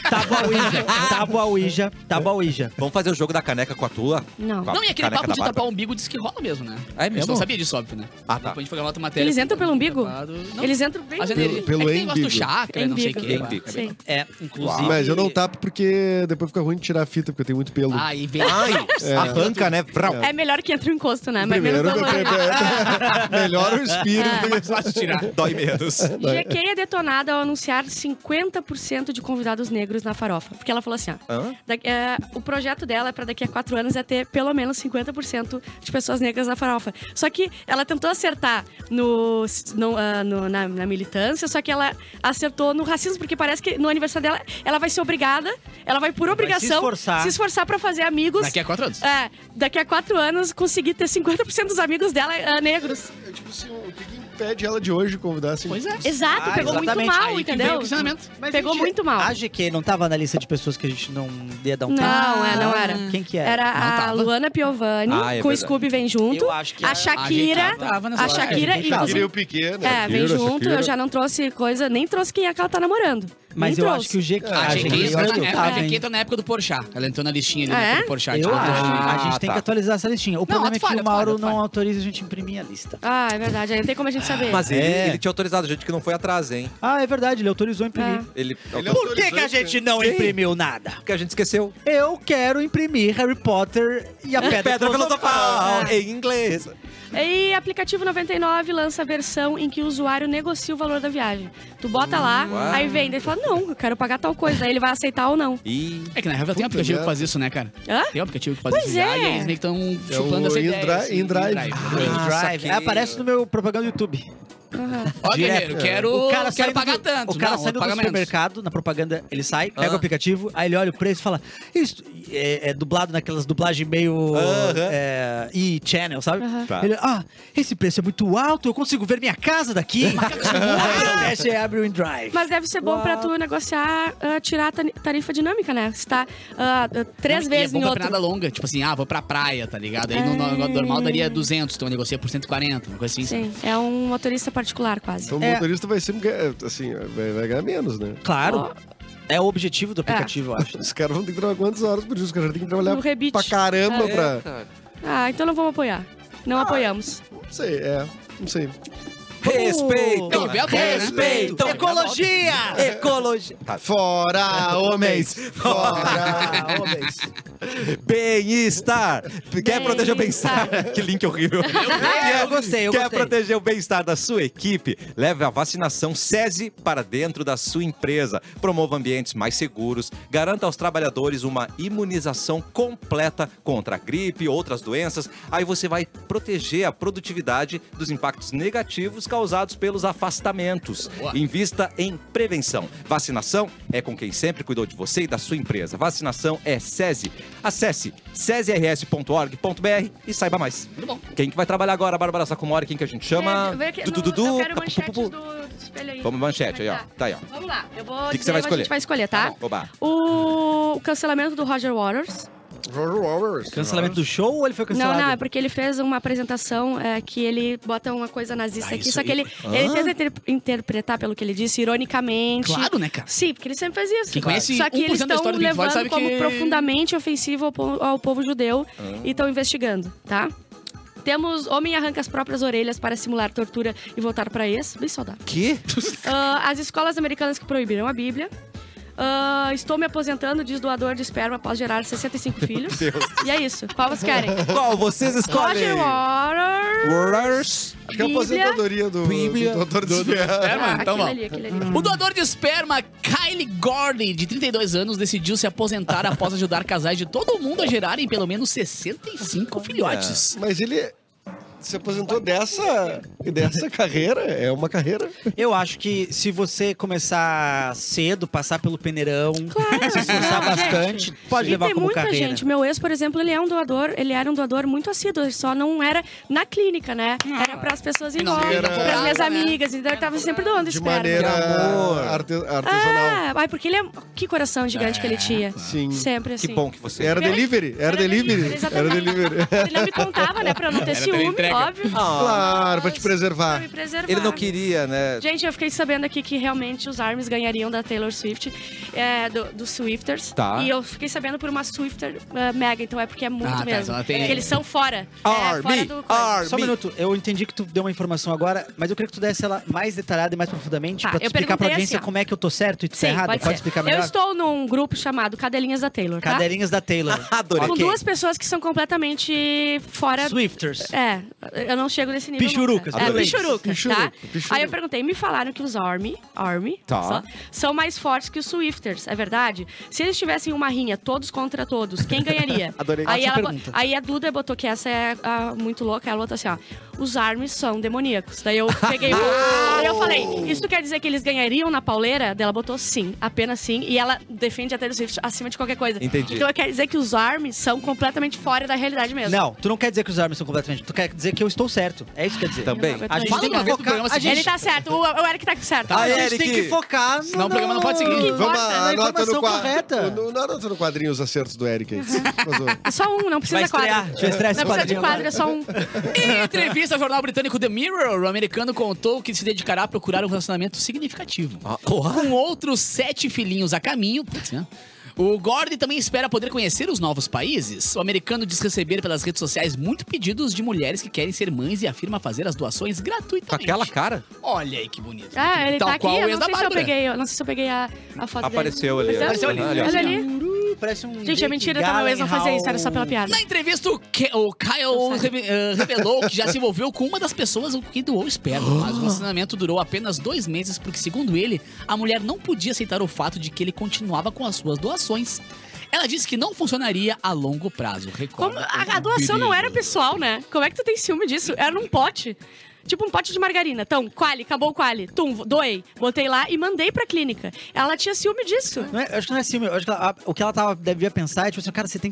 E: Tábua Ouija. Tábua Ouija. Tábua Ouija.
A: Vamos fazer o jogo da caneca com a tua?
D: Não.
A: Com a
B: Não, e
A: caneca
B: aquele papo
A: da
B: de
A: Bárbara?
B: tapar o umbigo diz que rola mesmo, né?
A: É mesmo?
B: Eu não sabia disso, óbvio, né?
A: Ah, tá.
B: Depois a gente foi gravar outra matéria.
D: Eles entram pelo umbigo?
B: Tapado. Não,
D: Eles entram bem
B: As
D: no
B: energias.
F: Pelo
D: umbigo.
B: é que tem negócio do
F: embigo.
B: chakra,
D: Em
B: não sei o
D: bico.
B: quê.
A: Embigo.
B: lá.
D: Sim.
E: É, inclusive.
F: Mas eu não tapo porque depois fica ruim de tirar a fita, porque tem muito pelo.
B: Ah, e vem.
A: Ai, arranca, né? Vrau.
D: É melhor que entre o encosto, né? Mas menos
F: Primeiro,
D: dolorido.
F: melhor o espírito.
A: fácil tirar. Dói menos.
D: GQ é detonada ao anunciar 50% de convidados negros na farofa. Porque ela falou assim, ó.
A: Hã?
D: da- é, o projeto dela para daqui a quatro anos é ter pelo menos 50% de pessoas negras na farofa. Só que ela tentou acertar no, no, ah, no- na, na militância, só que ela acertou no racismo, porque parece que no aniversário dela ela vai ser obrigada, ela vai por obrigação
E: esforçar.
D: se esforçar para fazer amigos.
B: Daqui a quatro anos.
D: É, daqui a quatro anos conseguir ter 50% dos amigos dela ah, negros.
F: É Tipo assim, o que, que impede ela de hoje convidar assim.
B: Pois é.
D: Exato,
E: Ah,
D: pegou muito
E: exatamente.
D: mal,
E: Aí que
B: Veio
D: entendeu?
B: o questionamento.
E: Mas
D: Pegou
E: a gente-
D: muito mal.
E: A GQ não tava na lista de pessoas que a gente não ia dar um
D: Não,
E: tapa?
D: é, não era.
E: Quem que era?
D: Era
B: Não
D: a
B: tava.
D: Luana Piovani,
A: Ah, é
D: com o
A: verdade.
D: Scooby vem junto.
G: Eu acho que
D: a
G: é-
D: Shakira.
B: Tava nessa
D: A
B: hora.
D: Shakira e
F: Shakira e o Piquet, né?
D: É, vem
F: Shakira,
D: junto.
F: Shakira.
D: Eu já não trouxe coisa, nem trouxe quem é que ela tá namorando.
E: Mas
D: nem
E: eu
D: trouxe.
E: acho que o GQ...
F: Ah,
B: A é
F: achei
B: GQ
F: que
E: eu
B: entrou
E: acho que
B: tá na-
E: tava,
B: a GQ
E: hein?
B: entrou na época do Porchat. Ela entrou na listinha ali
D: Ah,
B: na época
D: é?
B: do Porchat.
E: Eu
B: tipo,
E: acho.
B: do-
E: A gente tem
A: tá.
E: que atualizar essa listinha. O problema é que
B: falha,
E: o Mauro
B: falha,
E: não
B: falha.
E: autoriza a gente imprimir a lista.
D: Ah, é verdade. Aí não tem como a gente saber.
A: Mas ele,
E: É.
A: ele tinha autorizado, gente que não foi atrás, hein?
E: Ah, é verdade, ele autorizou imprimir.
D: É.
A: Ele,
F: Ele-
E: Por que, que a gente não
A: Sim.
E: imprimiu nada?
A: Porque a gente esqueceu.
E: Eu quero imprimir Harry Potter e a Pedra,
A: Pedra filosofal
D: Ah.
A: em inglês.
D: E aplicativo 99 lança a versão em que o usuário negocia o valor da viagem. Tu bota lá,
A: uau.
D: aí vem, daí fala, não, eu quero pagar tal coisa. Daí ele vai aceitar ou não.
A: E
B: É que na real tem um aplicativo que faz isso, né, cara?
D: Hã?
B: Tem um aplicativo que faz
D: Pois
B: isso. já,
D: é.
B: E eles meio que estão
F: É
B: chupando
F: o
B: essa ideia.
F: InDrive-
B: assim,
F: InDrive.
B: InDrive.
E: Drive.
A: saquei.
E: Aparece no meu propaganda do YouTube.
B: Ó, guerreiro, quero, quero
E: saindo
B: pagar
E: do,
B: tanto.
E: O cara
B: Não,
E: sai do
B: paga menos.
E: supermercado, na propaganda, ele sai, pega
A: Ah.
E: o aplicativo, aí ele olha o preço e fala: Isso é, é dublado naquelas dublagens meio
A: Aham.
E: é, e-channel, sabe?
A: Tá.
E: Ele, ah, esse preço é muito alto, eu consigo ver minha casa daqui. Aí Fecha e abre o InDrive.
D: Mas é deve ser bom pra tu negociar, ah, tirar a tani- tarifa dinâmica, né? Se tá ah, ah, três
B: E
D: vezes
B: é bom
D: em
B: pra
D: outro.
B: nada longa. Tipo assim, ah, vou pra praia, tá ligado? Aí no, no- no normal daria 200, então eu negocia por 140, uma coisa assim. sabe?
D: Ah. Sim, é um motorista particular quase.
F: Então o
E: É.
F: motorista vai sempre ganhar, assim, vai, vai ganhar menos, né?
E: Claro. É o objetivo do aplicativo, eu acho.
F: Os caras vão ter que trabalhar quantas horas por dia? Os caras têm que trabalhar
D: É, No rebite.
F: pra caramba
D: É.
F: pra...
D: Ah, então não vamos apoiar. Não
F: Ah.
D: apoiamos.
F: Não sei, é. Não sei.
A: respeito.
B: Não, vê a boia, né?
A: respeito.
E: Então, Ecologia! Ecologia!
F: Fora homens! Fora!
E: Ah, homens.
A: Bem-estar. Quer proteger o bem-estar? que link horrível.
E: É, eu gostei, eu
A: Quer
E: gostei.
A: proteger o bem-estar da sua equipe? Leve a vacinação SESI para dentro da sua empresa. Promova ambientes mais seguros. Garanta aos trabalhadores uma imunização completa contra a gripe e outras doenças. Aí você vai proteger a produtividade dos impactos negativos causados pelos afastamentos.
B: Boa.
A: Invista em prevenção. Vacinação é com quem sempre cuidou de você e da sua empresa. Vacinação é SESI. Acesse sesirs.org.br e saiba mais.
B: Muito bom.
A: Quem que vai trabalhar agora, Bárbara Sacomori? Quem que a gente chama?
D: É, vê aqui,
A: Du-
D: no-
A: du- du-
D: eu quero
A: pu-
D: manchetes
A: pu-
D: do,
A: pu-
D: do espelho aí.
A: Vamos manchete aí,
D: Como é
A: ó.
D: que tá?
A: tá aí, ó.
D: Vamos lá, eu vou
A: Que que
D: dizer,
A: você vai
D: mas a
A: escolher?
D: gente vai escolher, tá?
A: Oba.
D: O cancelamento do Roger Waters.
F: Roger Waters.
E: Cancelamento do show ou ele foi cancelado?
D: Não, não, é porque ele fez uma apresentação é, que ele bota uma coisa nazista
B: Ah,
D: aqui,
B: isso
D: só que
B: aí.
D: ele, ele tenta inter- interpretar pelo que ele disse, ironicamente.
B: Claro, né, cara?
D: Sim, porque ele sempre fez isso.
B: Quem conhece
D: Só que
B: 1%
D: eles
B: da
D: estão
B: história do Pink Floyd
D: levando
B: sabe
D: como
B: que-
D: profundamente ofensivo ao, po- ao povo judeu e estão investigando, tá? Temos homem arranca as próprias orelhas para simular tortura e voltar para ex. Bem saudável.
A: Que?
D: Ah, as escolas americanas que proibiram a Bíblia. Ah, estou me aposentando, diz doador de esperma após gerar 65 filhos. E é isso. Qual vocês querem?
A: Qual vocês escolhem?
D: Roger Waters.
A: Warriors.
F: Acho que é a
D: Bíblia. Ah,
F: aposentadoria do,
A: Bíblia.
F: do doutor de
B: É, mano, então
D: aquele
B: vamos.
D: ali, aquele ali.
B: O doador de esperma, Kylie Gordon, de 32 anos, decidiu se aposentar após ajudar casais de todo mundo a gerarem pelo menos 65 filhotes.
F: Mas ele se aposentou dessa, dessa carreira. É uma carreira.
E: Eu acho que se você começar cedo, passar pelo peneirão, se esforçar
D: Não,
E: bastante, pode
D: E
E: levar
D: tem
E: como
D: muita
E: carreira.
D: gente. Meu ex, por exemplo, ele é um doador, ele era um doador muito assíduo, ele só não era na clínica, né? Era para as pessoas em
B: Não,
D: volta,
F: era-
D: para minhas
B: Era-
D: amigas, então ele tava sempre doando
F: De
D: esperma.
F: maneira
A: amor.
F: arte- artesanal.
D: Ah, ai, porque ele é que coração gigante que ele tinha.
F: Sim.
D: Sempre assim.
A: Que bom que você. é.
F: Era
D: Primeiro-
F: delivery. Era,
D: Era delivery,
F: delivery. Era
D: exatamente.
F: delivery.
D: Ele não me contava, né, para não ter
B: Era pela
D: ciúme,
B: entrega.
D: óbvio.
A: Ah,
F: Claro, pra te
D: Pra
F: preservar.
D: me preservar.
A: ele não queria, né?
D: Gente, eu fiquei sabendo aqui que realmente os ARMYs ganhariam da Taylor Swift, é, do- dos Swifters.
A: Tá.
D: E eu fiquei sabendo por uma Swifter eh, mega, então é porque é muito
B: Ah, tá,
D: mesmo.
B: então ela tem-
D: Porque eles são fora. é, fora
A: Army,
D: do coisa.
A: Army.
E: Só um minuto, eu entendi que tu deu uma informação agora, mas eu queria que tu desse ela mais detalhada e mais profundamente
D: Tá,
E: pra tu
D: eu
E: explicar pra
D: perguntei
E: audiência
D: assim, ó.
E: como é que eu tô certo e tu
D: Sim,
E: tá errado. Pode,
D: ser.
E: explicar melhor?
D: Eu estou num grupo chamado Cadelinhas da Taylor, tá?
E: Cadeirinhas da Taylor.
A: Adorei.
D: Com
E: Ok.
D: duas pessoas que são completamente fora
E: Swifters.
D: É, eu não chego nesse nível.
E: Pichurucas,
D: nunca. É,
E: adorei.
D: pichurucas,
F: Pichuruca,
D: tá?
F: pichuruca.
D: Aí eu perguntei, me falaram que os Army, Army
A: Tá.
D: só, são mais fortes que os Swifters, é verdade? Se eles tivessem uma rinha, todos contra todos, quem ganharia?
A: Adorei.
D: Aí,
E: Ótima
D: ela, bo-
E: pergunta.
D: aí a Duda botou que essa é ah, muito louca, ela botou assim, ó. os armes são demoníacos. Daí eu peguei. Daí eu falei, isso quer dizer que eles ganhariam na pauleira? Daí ela botou sim, apenas sim. E ela defende a Taylor Swift acima de qualquer coisa.
A: Entendi.
D: Então quer dizer que os armes são completamente fora da realidade mesmo.
E: Não, tu não quer dizer que os armas são completamente. Tu quer dizer que eu estou certo. É isso que quer dizer.
A: Também.
E: A gente
B: Fala
E: tem
B: uma vez
E: que
B: no
E: focar.
B: programa
E: A
B: seguinte.
D: Ele
E: gente,
D: tá certo, o, o Eric tá certo.
A: Tá,
E: a
A: Aí,
E: gente tem
A: Eric.
E: que focar. no-
B: Senão o programa não pode seguir.
D: Que
C: Vamos,
D: importa,
E: né?
C: anota no
E: Informação
C: quadro.
E: correta.
C: No, no- anota no quadrinho os acertos do Eric aí.
D: É só um, não
E: Vai
D: precisa
E: estrear,
D: quadro.
E: deixa eu estrear esse
D: não precisa de
E: quadrinho
D: quadro, é só um.
B: Em entrevista ao jornal britânico The Mirror, o americano contou que se dedicará a procurar um relacionamento significativo.
A: Ah,
B: Com outros sete filhinhos a caminho. putz, né? O Gordon também espera poder conhecer os novos países. O americano diz receber pelas redes sociais muito pedidos de mulheres que querem ser mães e afirma fazer as doações
A: Com
B: gratuitamente.
A: aquela cara?
B: Olha aí que bonito.
D: Ah, ele
B: Tal
D: tá aqui,
B: qual o
D: eu
B: ex
D: não
B: da
D: sei se eu
B: Bárbara.
D: peguei, eu não sei se eu peguei a, a foto dele.
A: Apareceu ali.
D: Pois é.
B: Apareceu ali,
A: Olha
D: Olha ali.
E: Parece um.
D: Gente, é
E: Jake
D: mentira, tá? Meu ex não fazia isso, era só pela piada.
B: Na entrevista, o, Ke- o Kyle reve- eh, revelou que já se envolveu com uma das pessoas o que doou esperto. Mas o relacionamento durou apenas dois meses, porque, segundo ele, a mulher não podia aceitar o fato de que ele continuava com as suas doações. Ela disse que não funcionaria a longo prazo.
D: Como,
B: Recorda
D: a,
B: o
D: a doação não era
B: perigo.
D: pessoal, né? Como é que tu tem ciúme disso? Era num pote. Tipo um pote de margarina. Então, quali, acabou o quali. Tum, doei. Botei lá e mandei pra clínica. Ela tinha ciúme disso.
E: Não é- eu acho que não é assim, eu acho que ela- a- o que ela tava, devia pensar é tipo assim, cara, você tem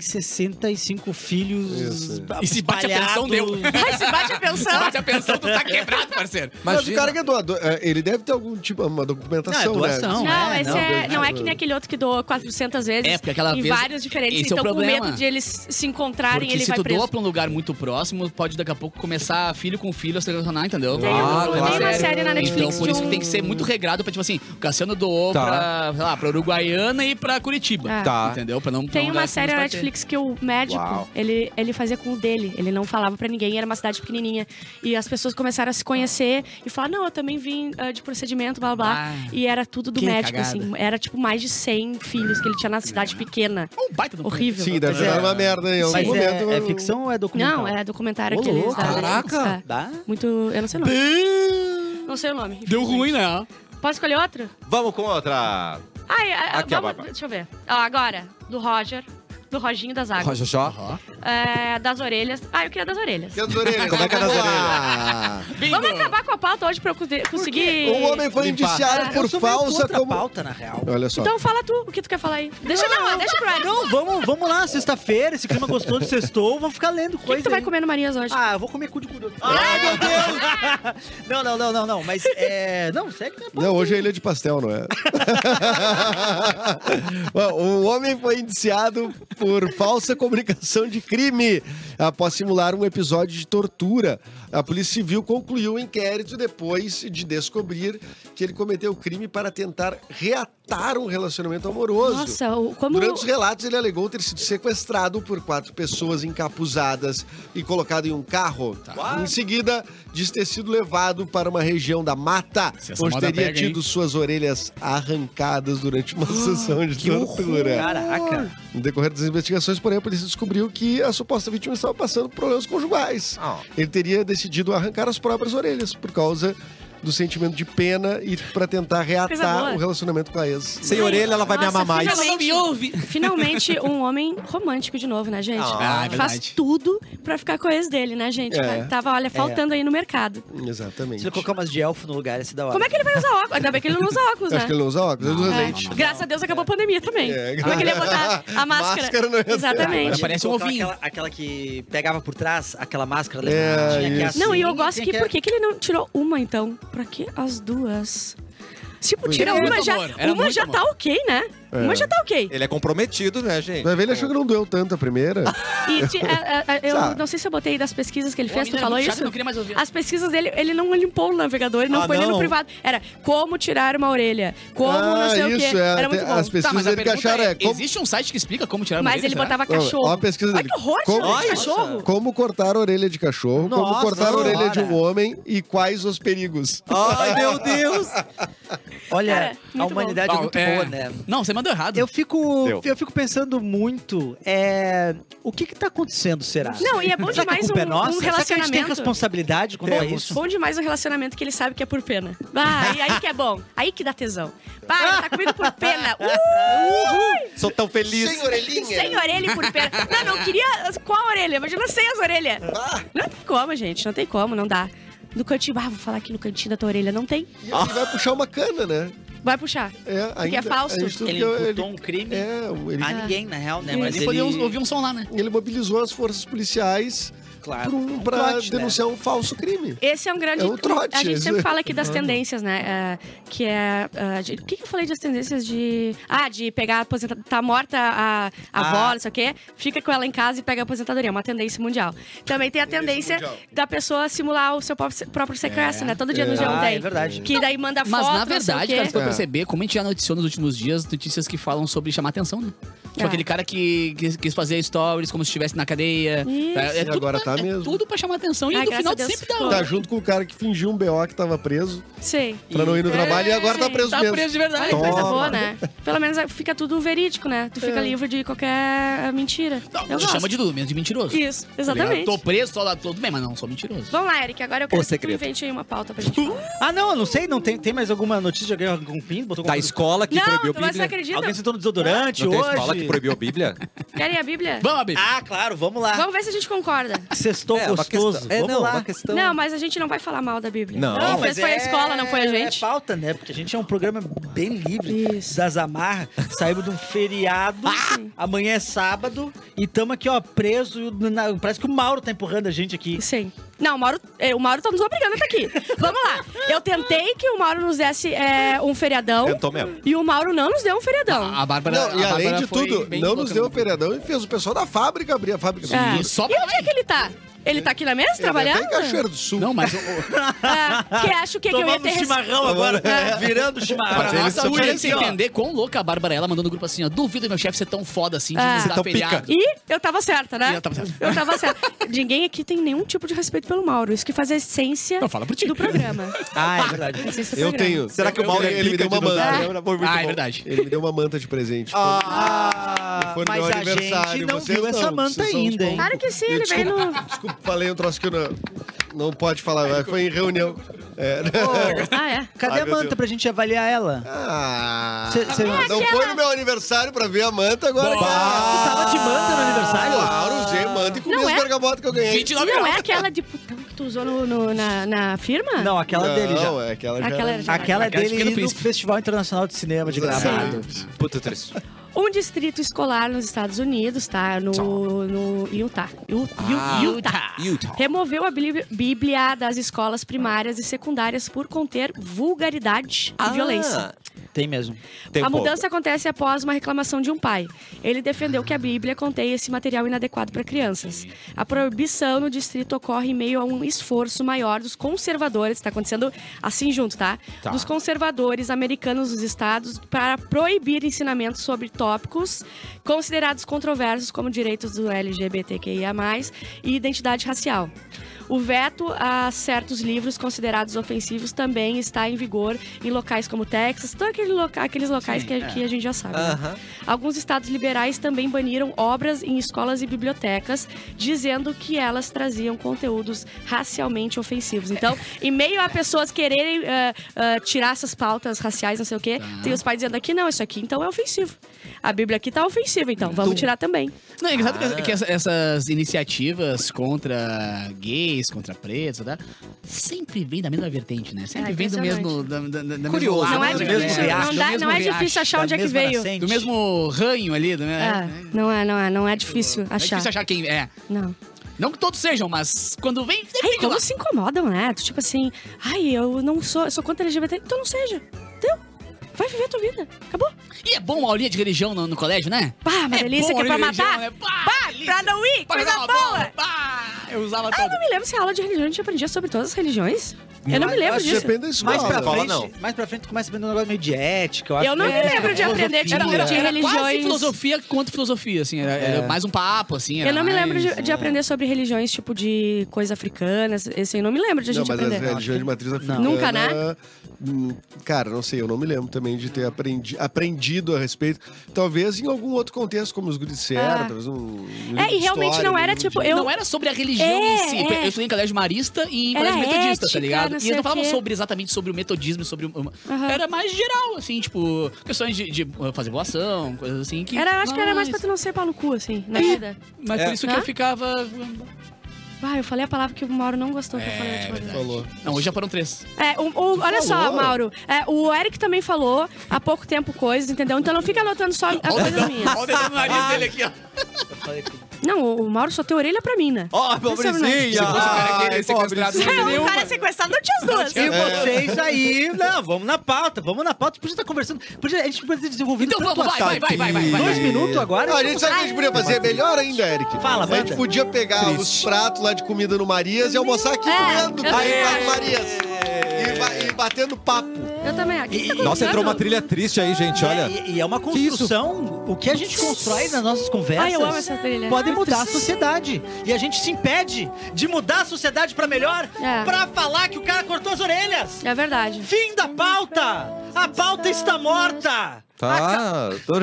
E: 65 filhos.
C: Isso. é.
B: E se bate a pensão, deu.
D: Ai, se bate a
B: Se
D: pensão.
B: bate a pensão, tu tá quebrado, parceiro.
C: Mas o cara que é doador, é, ele deve ter algum tipo, uma documentação,
E: Não, é doação.
C: né?
D: Não,
E: é,
D: esse
E: não,
D: é,
C: Deus
D: não é
C: me
D: que nem aquele outro que doou 400 vezes.
B: É, porque aquela
D: Em
B: vez-
D: vários diferentes.
B: esse é o
D: então, com
B: problema.
D: medo de eles se encontrarem,
B: Porque
D: ele
B: se
D: vai
B: tu
D: preso.
B: doa pra um lugar muito próximo, pode daqui a pouco começar filho com filho a se relacionar, entendeu?
D: Tem,
A: Ah,
D: um- tem
A: claro.
D: uma série na Netflix
B: Então, por
D: de
B: isso
D: um...
B: que tem que ser muito regrado pra, tipo assim, o Cassiano doou
A: Tá.
B: pra, sei lá, pra Uruguaiana e pra Curitiba.
D: É.
A: Tá.
B: Entendeu? Pra não pra
D: Tem
B: não
D: uma
B: dar
D: série na
B: essa disparate.
D: Netflix que o médico,
A: Uau.
D: ele, ele fazia com o dele. Ele não falava pra ninguém, era uma cidade pequenininha. E as pessoas começaram a se conhecer e falar, não, eu também vim ah, de procedimento, blá, blá, blá.
B: Ah,
D: E era tudo do
B: que
D: médico,
B: cagada.
D: assim. Era, tipo, mais de 100 filhos que ele tinha na cidade pequena.
B: Um baita do
D: Horrível.
C: Sim, deve
E: Mas é-
C: dar uma merda aí. em algum
E: Mas
C: momento,
E: é, é
C: mas-
E: ficção ou é documentário?
D: Não, era documentário
E: Ô,
D: que eles...
E: louco.
D: davam.
A: Caraca.
E: Dá?
D: Muito... Eu não sei o nome. Não sei o nome.
B: Deu ruim, né?
D: Posso escolher outro?
A: Vamos com outra.
D: Ai, ai,
A: Aqui, ó,
D: vamos-
A: vai, vai.
D: deixa eu ver. Ó, agora, do Roger, do Roginho das Águas.
A: Roger Jó.
D: É, das orelhas. Ah, eu queria das orelhas.
C: Que é das orelhas,
A: Como é que é das
C: vamos lá.
A: orelhas?
B: Bingo.
D: Vamos acabar com a pauta hoje pra eu conde- conseguir.
C: Um
A: é
C: homem
A: Limpar.
C: foi
D: É,
C: indiciado por
E: Ah, Eu sou meio
C: falsa
E: contra a
C: como...
E: pauta, na real.
C: Olha só.
D: Então fala tu o que tu quer falar aí. Deixa não, deixa pro Eric.
E: Não, vamos, vamos lá, sexta-feira, esse clima gostoso de sextou, vamos ficar lendo
D: O que,
E: coisa.
D: que tu vai
E: aí.
D: comer no Marias hoje?
E: Ah, eu vou comer cu de cu do outro. Ai, meu Deus! não, não, não, não, não, mas é. Não, segue minha pauta.
C: Não, hoje é ilha de pastel, não é? Bom, um homem foi indiciado por falsa comunicação de crime após simular um episódio de tortura. A Polícia Civil concluiu o inquérito depois de descobrir que ele cometeu o crime para tentar reatar um relacionamento amoroso.
D: Nossa, o- como.
C: Durante os relatos, ele alegou ter sido sequestrado por quatro pessoas encapuzadas e colocado em um carro.
B: Tá.
C: Em seguida, diz ter sido levado para uma região da mata,
B: Se essa
C: onde
B: moda
C: teria
B: pega,
C: tido suas orelhas arrancadas durante uma sessão de tortura.
E: Caraca.
C: No decorrer das investigações, porém, a polícia descobriu que a suposta vítima estava passando por problemas conjugais.
A: Ah.
C: Ele teria decidido arrancar as próprias orelhas por causa do sentimento de pena e para tentar
D: boa.
C: reatar o relacionamento com a ex.
A: Sem orelha, ela vai me
D: Nossa,
A: amar mais.
D: finalmente.
B: Ela não me ouve.
D: Finalmente, um homem romântico de novo, né, gente?
A: Ah,
B: é
D: Faz
B: verdade.
D: tudo pra ficar com a ex dele, né, gente?
C: É.
D: Tava, olha, faltando aí no mercado.
C: Exatamente.
E: Se ele colocar umas de elfo no lugar, ia se dar hora.
D: Como é que ele vai usar óculos? Ainda bem que ele não usa óculos, né?
C: Acho que ele não usa óculos, ele usa
D: É.
C: lente.
D: Graças a Deus acabou a pandemia também.
C: É,
D: Como é que ele ia botar a máscara?
C: Máscara não ia ter.
D: Exatamente.
B: Agora parece um
E: Colocar
B: ovinho.
E: Aquela, aquela que pegava por trás, aquela máscara
C: É,
E: levantadinha que é
C: isso.
E: assim,
D: Não, e eu gosto
E: tinha
D: que por que, que ele não tirou uma, então? Pra que as duas? Tipo,
C: Pois
D: tira
B: é.
D: uma
B: Muito
D: já.
B: amor, era
D: Uma
B: muito
D: já tá ok, né? Uma já tá ok.
A: Ele é comprometido, né, gente?
C: Vai ver, ele achou que não doeu tanto a primeira.
D: E ti- a- a- a- é, eu
C: É. Sabe.
D: não sei se eu botei das pesquisas que ele fez,
B: O
D: tu
B: homem era
D: falou
B: muito chato,
D: isso? Ah,
B: Não queria mais ouvir. Tá,
D: As pesquisas dele, ele não limpou o navegador, ele não
A: Ah,
D: foi ali
A: não?
D: no privado. Era como tirar uma orelha, como não sei o
C: isso,
D: quê.
C: é.
D: Era
C: tem-
D: muito bom.
C: As pesquisas dele que acharam é. Como,
B: existe um site que explica como tirar uma
D: Mas ele
B: orelha, será?
D: botava
C: Não,
D: cachorro.
C: ó a pesquisa
D: Olha
C: dele.
D: que horror,
C: Como-
D: tirar de
A: Olha.
D: cachorro.
C: como cortar a orelha de cachorro, como
E: Nossa
F: um
C: cortar a orelha de
E: Senhora.
C: um homem e quais os perigos.
A: Ai, meu Deus!
E: Olha,
D: Cara, muito
E: a
D: bom.
E: humanidade é
B: Bom,
E: muito
B: é.
E: boa, né?
B: Não, você mandou errado.
E: Eu fico,
A: Deu.
E: eu fico pensando muito, é, o que que tá acontecendo, será?
D: Não, e é bom
E: Será que a
D: demais
E: culpa é
D: um-
E: nossa?
D: um
E: Será que a gente tem
D: relacionamento?
E: responsabilidade quanto a É isso?
D: Bom demais um relacionamento que ele sabe que é por pena. Ah, e aí que é bom. Aí que dá tesão. Pá, ele tá comigo por pena. Uh,
A: Sou tão feliz.
C: Sem orelhinha.
D: sem orelha e por pena. Não, não queria. Qual orelha? Imagina sem as orelhas. Não tem como, gente. Não tem como, não dá. No cantinho, ah, vou falar aqui no cantinho da tua orelha. Não tem.
F: E ele vai puxar uma cana, né?
D: Vai puxar.
F: É, ainda,
D: é falso.
F: ainda porque
B: Ele imputou um crime
F: É, ele,
E: A ninguém, na real, né?
B: É, mas
E: Mas
B: nem
E: ele...
B: podíamos ouvir um som lá, né?
F: ele mobilizou as forças policiais
E: Claro.
F: pra, um-
E: um
F: pra
E: plot, né?
F: denunciar um falso crime.
D: Esse é um grande.
F: É um trote,
D: A gente
F: isso.
D: sempre fala aqui das tendências, né? É, que é. é, de- o que, que eu falei das tendências de. Ah, de pegar a aposentadoria. Tá morta a, a avó, não sei o quê. Fica com ela em casa e pega a aposentadoria. É uma tendência mundial. Também tem a tendência da pessoa simular o seu próprio, próprio sequestro, né? Todo dia no G1
E: Ah,
D: tem.
E: é verdade.
D: Que daí manda
B: Mas
D: foto.
B: na verdade,
D: não
B: cara, se
D: sei o
B: for
D: quê.
B: perceber, como a gente já noticiou nos últimos dias, notícias que falam sobre chamar atenção, né? Tipo
D: É.
B: aquele cara que que quis fazer stories como se estivesse na cadeia.
D: Isso.
B: É, é
F: E
B: tudo
F: agora
B: pra,
F: tá
B: é
F: mesmo.
B: tudo pra chamar atenção e
D: Ai,
B: no
D: graças
B: final
D: a Deus
B: sempre dá.
D: ficou.
F: Tá junto com o cara que fingiu um BO que tava preso
D: Sei.
F: pra não ir no
D: E-
F: trabalho e agora tá
D: Sim,
F: preso
B: Tá
F: mesmo.
B: preso de verdade.
D: Olha, coisa
F: Toma.
D: boa, né? Pelo menos fica tudo verídico, né? Tu fica
B: É.
D: livre de qualquer é, mentira. Eu gosto.
B: Chama de tudo, menos de mentiroso.
D: Isso,
B: Tá ligado?
D: exatamente.
B: Tô preso, tô lá tudo bem, mas não sou mentiroso.
D: Vamos lá, Eric, agora eu quero que tu
A: segredo.
D: invente aí uma pauta pra gente falar.
E: Ah, não, eu não sei, não tem, tem mais alguma notícia de alguém com pinto? Botou
B: Tá
A: Da
E: alguma-
A: escola que proibiu
D: não, tu-
A: Bíblia.
D: mas você acredita?
E: Alguém sentou no desodorante
A: Não tem
E: hoje?
A: escola que proibiu a Bíblia?
D: Querem a Bíblia?
B: Vamos, Abi.
E: Ah, claro, vamos lá.
D: Vamos ver se a gente concorda.
E: Sextou
A: É, uma
E: gostoso.
A: questão- é,
E: vamos
A: não,
E: lá.
A: uma questão-
D: Não, mas a gente não vai falar mal da Bíblia.
A: Não. é Não,
D: mas foi a escola, não foi a gente.
E: É pauta, né? Porque a gente é um programa bem livre
D: Isso.
E: das amarras. Saímos de um feriado, amanhã é sábado e estamos aqui, ó, preso. na- parece que o Mauro tá empurrando a gente aqui.
D: Sim. Não, o Mauro, é, o Mauro tá nos obrigando a estar aqui. Vamos lá. Eu tentei que o Mauro nos desse é, um feriadão.
A: Tentou mesmo.
D: E o Mauro não nos deu um feriadão.
B: A Bárbara.
F: Não, e
B: a
F: além
B: Bárbara
F: de
B: foi
F: tudo,
B: bem né?
F: não nos deu o
B: colocando.
F: feriadão e fez o pessoal da fábrica abrir a fábrica.
D: É.
A: Ah,
F: Ele
B: E só
D: E onde é que ele tá? Ele tá aqui na
A: é
D: mesa trabalhando?
F: Tá em Cachoeira do Sul.
B: Não, mas. o- o-
D: É, que acho que, que eu ia
E: Tomamos
D: ter... res-
E: chimarrão agora,
A: Mas
B: Pra
E: virando
A: ele
E: chimarrão.
B: nossa
A: só
B: audiência
E: tinha aqui, ó.
B: entender quão louca a Bárbara ela mandou no grupo assim, ó. Duvido meu chefe ser tão foda assim de
D: Ah.
B: nos
D: Ser
F: tá
B: dar
A: tão pica.
B: feriado.
D: E eu tava certa, né?
B: E eu tava certa.
D: Eu tava certa. Ninguém aqui tem nenhum tipo de respeito pelo Mauro. Isso que faz a essência
B: Não, fala por ti.
D: do programa.
E: Ah, é verdade.
D: A essência do
F: Eu
D: programa.
F: tenho.
A: Será que o Mauro é
F: ele me
A: pica
F: deu uma
A: de
F: manta?
A: mandar?
F: Lembra? Foi muito
B: Ah, é
F: bom.
B: verdade.
F: Ele me deu uma manta de presente. Foi-
E: Ah,
F: Foi no
E: mas
F: meu
E: a gente
F: aniversário,
E: não
F: vocês
E: viu essa
F: não,
E: manta
F: vocês são
E: ainda,
F: os
E: hein? Ah,
D: Claro que sim, ele
F: Desculpa.
D: vem no.
F: Desculpa, falei um troço que eu não, não pode falar. mas Foi em reunião. É.
D: Ah, é.
E: Cadê
F: Ai,
E: a
F: meu
E: manta
F: Deus.
E: pra gente avaliar ela?
F: Ah,
E: Cê- cê-
F: não foi no meu aniversário pra ver a manta agora.
E: Tu tava de manta no aniversário?
F: Claro, usei manta e comi
D: Não
F: as
D: é?
F: bergamotas que eu ganhei.
B: 29
D: Não
B: graus.
D: é aquela de putão que tu usou no, no- na, na firma?
E: Não, aquela
F: não,
E: dele já.
F: é aquela já.
D: Ah. Aquela já.
E: Aquela
B: Aquela de
E: dele
B: Pequeno
E: e do
B: Príncipe.
E: Festival Internacional de Cinema de Gramado.
A: Puta triste.
D: Um distrito escolar nos Estados Unidos, tá? No, no Utah. U-
A: Ah.
D: U- Utah.
A: Utah.
D: Removeu a bí- Bíblia das escolas primárias e secundárias por conter vulgaridade
A: Ah,
D: e violência.
E: Tem mesmo.
A: Tem
D: a
A: um
D: mudança acontece após uma reclamação de um pai. Ele defendeu que a Bíblia contém esse material inadequado para crianças. A proibição no distrito ocorre em meio a um esforço maior dos conservadores, está acontecendo assim junto, tá?
A: Tá.
D: Dos conservadores americanos dos estados para proibir ensinamentos sobre tópicos considerados controversos como direitos do LGBTQIA+, e identidade racial. O veto a certos livros considerados ofensivos também está em vigor em locais como Texas, todos aquele loca- aqueles locais que, a- que a gente já sabe. né? Alguns estados liberais também baniram obras em escolas e bibliotecas, dizendo que elas traziam conteúdos racialmente ofensivos. Então, em meio a pessoas quererem ah, ah, tirar essas pautas raciais, não sei o quê,
B: Tá.
D: tem os pais dizendo aqui, não, isso aqui então é ofensivo. A Bíblia aqui tá ofensiva, então vamos tirar também.
B: Não, é engraçado que-
D: Ah.
B: que essa- essas iniciativas contra gays, contra pretos, tá? sempre vem da mesma vertente, né? Sempre
D: É,
B: vem do
D: impressionante.
B: mesmo. Da, da, da, da
A: Curioso,
B: mesma
D: Não é
B: lado,
E: do
B: né?
E: mesmo
D: difícil, não,
E: riacho,
D: dá-
B: do mesmo
D: não é difícil
B: riacho,
D: achar
E: Da
D: onde é que
E: mesma
D: veio.
E: nascente.
B: Do mesmo ranho ali, do mesmo.
D: É, não é, não é, não é difícil
B: né? É
D: achar.
B: difícil achar quem é.
D: Não.
B: Não que todos sejam, mas quando vem,
D: Aí
B: depende lá.
D: todos se incomodam, né? Tu, Tipo assim, ai, eu não sou, eu sou contra LGBT, então não seja. Deu. Vai viver a tua vida. Acabou.
B: E é bom a aulinha de religião no, no colégio, né?
D: Pá, uma
B: É
D: delícia
B: bom
D: que é
B: a
D: pra
B: aulinha de
D: matar.
B: religião, né? Pá,
D: Pá,
B: delícia.
D: pra não ir,
B: Pra
D: coisa
B: jogar uma
D: boa.
B: bola, pá, eu usava
D: Ah, eu
B: toda.
D: não me lembro se a aula de religião a gente aprendia sobre todas as religiões.
A: pouco.
D: Eu não me lembro
F: Acho que
D: disso.
C: é
F: Depende da escola.
E: Mais pra,
A: escola,
E: frente,
A: não.
E: mais pra frente tu começa aprendendo um negócio meio de ética. Eu, acho
D: Eu não
E: que
D: me
E: é,
D: lembro de aprender, tipo,
E: filosofia.
B: Era, era,
D: de
B: era quase
D: religiões. É.
B: filosofia quanto filosofia, assim. Era, era mais um papo, assim. era
D: Eu não me
B: mais-
D: lembro de, de aprender sobre religiões, tipo, de coisa africana. Esse eu não me lembro de a
F: Não,
D: gente
F: mas as
D: aprender.
F: religiões de matriz africana...
D: Nunca, né?
F: hum, Cara, não sei, eu não me lembro também de ter aprendi, aprendido a respeito. Talvez em algum outro contexto, como os guris disseram,
D: Ah.
F: talvez um... um livro
D: É,
F: de
D: e realmente
F: história,
D: não
F: um
D: era,
F: livro de-
D: tipo, eu...
B: Não era sobre a religião
D: É,
B: em si.
D: é.
B: Eu estudei em colégio marista e em
D: Era
B: colégio metodista,
D: ética,
B: tá ligado?
D: não
B: E
D: sei
B: eles
D: o
B: não falavam
D: quê. Ah.
B: sobre exatamente sobre o metodismo, sobre uma...
D: Aham.
B: Era mais geral, assim, tipo, questões de, de uh, fazer boa ação, coisas assim que.
D: Era, acho que era mais pra tu não ser pau no cu, assim, na vida.
B: Mas por isso que
D: Hã?
B: eu ficava.
D: Ah, eu falei a palavra que o Mauro não gostou que eu falei a última vez.
F: Falou.
B: Não, hoje já foram três.
D: É, o, o- olha só, Mauro. É, o Eric também falou há pouco tempo coisas, entendeu? Então não fica anotando só as coisas minhas.
B: Olha o dedo no nariz dele aqui, ó.
D: Não, o, o Mauro só tem orelha pra mim, né? um
A: Ó, pobrezinha!
B: Se fosse o cara que
A: Ai,
B: é sequestrado,
A: pobrezinha.
B: não tem nenhuma.
D: cara sequestrado não tinha as duas.
F: É.
E: E vocês aí, não, vamos na pauta, vamos na pauta. Podia estar conversando, podia, a gente podia ter desenvolvido
B: Então
E: tanto
B: vamos,
E: a
B: vai, vai, vai, vai, vai, vai.
E: Dois minutos agora?
F: Não, Ah, a gente sabe o que a gente podia fazer melhor ainda, Eric.
E: Fala,
F: A gente
E: manda.
F: podia pegar os pratos lá de comida no Marias e almoçar aqui
D: É.
F: comendo comida no Marias. E, ba- e batendo papo.
D: Eu também. O que que tá
A: Nossa, entrou
D: acontecendo?
A: uma trilha triste aí, gente, olha.
E: E, e é uma construção, o que a gente constrói nas nossas conversas.
D: Ai, eu amo essa trilha.
E: Podem mudar a sociedade. E a gente se impede de mudar a sociedade pra melhor
D: É.
E: pra falar que o cara cortou as orelhas.
D: É verdade.
E: Fim da pauta! A pauta está morta!
A: Tá, tô...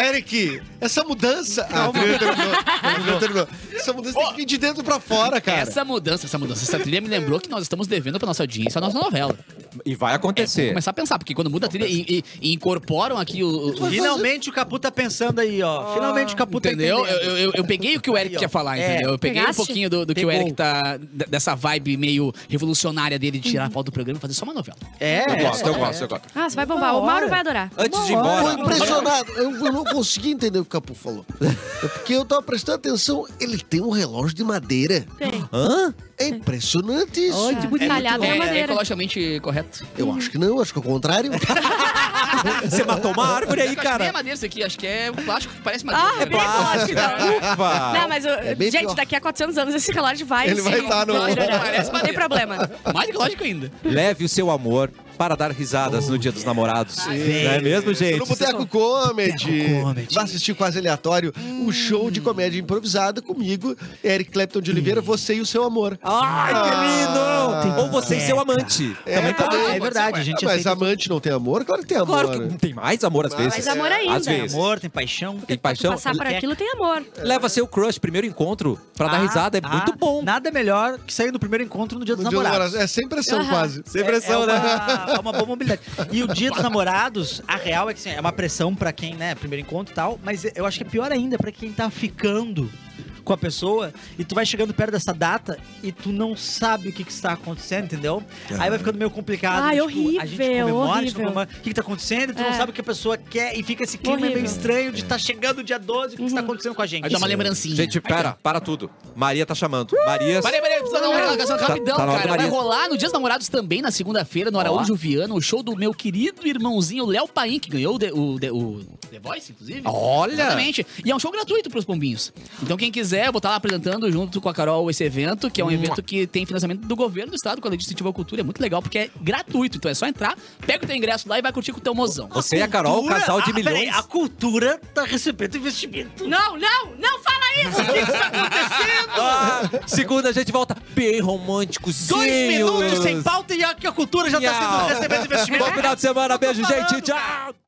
F: Eric, essa mudança. Ah, terminou, terminou, terminou, terminou. Essa mudança tem que vir de dentro pra fora, cara.
B: Essa mudança, essa mudança, essa trilha me lembrou que nós estamos devendo pra nossa audiência a nossa novela.
A: E vai
B: Vou
A: acontecer.
B: começar a pensar, porque quando muda a trilha e, e- e incorporam aqui o. o-
E: Finalmente o Capu tá pensando aí, ó. Finalmente o Capu
B: Entendeu?
E: tá
B: Eu,
E: entendendo.
B: eu, eu- eu peguei o que o Eric
E: Aí, ó.
B: quer falar,
E: É.
B: entendeu? Eu peguei
D: Pegaste?
B: um pouquinho do, do que o
E: Pegou.
B: Eric tá. d- dessa vibe meio revolucionária dele de tirar a pau do programa e fazer só uma novela.
E: É,
A: Eu gosto, eu
E: é.
A: gosto, eu gosto.
D: Ah, você vai bombar. O Mauro vai adorar.
A: Antes de ir
C: Tô
A: embora,
C: impressionado. Eu, eu não consegui entender o que o Capu falou. É porque eu tava prestando atenção. Ele tem um relógio de madeira.
D: Tem.
C: É impressionante isso.
E: Olha que bonito.
D: Talhado na
B: É, é
D: madeira.
B: ecologicamente correto.
C: Eu acho que não, acho que é o contrário.
A: você matou uma árvore aí,
B: Acho que nem é
A: cara.
B: madeira isso aqui, acho que é plástico que parece né?
D: Ah, é
B: madeira.
D: bem ecológico,
A: É
D: então. Não,
A: Ufa!
D: mas, o-
C: bem
D: gente,
C: pior.
D: daqui a 400 anos esse relógio vai...
F: Ele
D: assim,
F: vai estar no-
D: vai melhorar.
B: Parece
D: Não tem
B: madeira.
D: problema.
B: Mais ecológico ainda.
A: Leve o seu amor para dar risadas no dia dos namorados. Não é mesmo, gente?
F: No Boteco Comedy.
E: Boteco Comedy.
F: Vai assistir quase aleatório o show de comédia improvisada comigo, Eric Clapton de Oliveira, você e o seu amor.
A: Ai, que lindo! Ou você e seu amante.
F: É, também.
E: Ah, é verdade, a gente
F: Ah, mas
E: aceita
F: amante não tem amor? Claro que tem amor. né? é,
A: Claro que tem mais amor às vezes.
D: Mas amor ainda.
A: Às
E: Tem
A: vezes.
E: amor, tem paixão.
A: Tem paixão.
D: Passar por aquilo tem amor.
A: Leva seu crush, primeiro encontro, pra dar
E: Ah,
A: risada. É
E: ah,
A: muito bom.
E: Nada melhor que sair no primeiro encontro no Dia
F: No
E: dos
F: dia do
E: Namorados.
F: namorado. É sem pressão,
D: Aham.
F: quase.
A: Sem
E: é uma, é uma boa mobilidade. E o Dia dos Namorados, a real é que assim, é uma pressão pra quem, né, primeiro encontro e tal, mas eu acho que é pior ainda pra quem tá ficando com a pessoa e tu vai chegando perto dessa data e tu não sabe o que que está acontecendo, entendeu? Aí vai ficando meio complicado. tipo,
D: Ai,
E: A gente
D: horrível,
E: comemora, a gente
D: horrível.
E: comemora, o que que tá acontecendo e tu
D: É.
E: não sabe o que a pessoa quer e fica esse clima
D: Horrível. Uhum.
E: meio estranho de
A: É.
E: tá chegando o dia 12, o que que está acontecendo com a gente?
B: Aí dá uma lembrancinha.
A: Gente, pera, para tudo. Maria tá chamando. Maria.
B: Peraí, peraí, precisa dar uma relação
A: Tá-
B: rapidão,
A: tá na hora
B: cara.
A: do
B: Vai
A: Maria.
B: rolar no Dias Namorados também, na segunda-feira, no Araújo Viana, o show do meu querido irmãozinho Léo Paim, que ganhou o The, o The- o The Voice, inclusive.
A: Olha!
B: Exatamente. E é um show gratuito pros pombinhos. Então, quem quiser, eu vou estar lá apresentando junto com a Carol esse evento,
A: Hum.
B: que é um evento que tem financiamento do governo do estado, com a Lei de Incentivo à Cultura. É muito legal, porque é gratuito. Então, é só entrar, pega o teu ingresso lá e vai curtir com o teu mozão.
A: Você e a Carol, um
E: Cultura-
A: casal de
E: Ah, peraí,
A: milhões.
E: a cultura tá recebendo investimento.
D: Não, não, não fala isso! O que que tá acontecendo?
A: Ah, segunda a gente volta bem romântico.
E: Dois minutos sem pauta e a, que a cultura já tá
A: Miau.
E: sendo recebendo investimento.
A: Bom final de semana, beijo, gente. Tchau.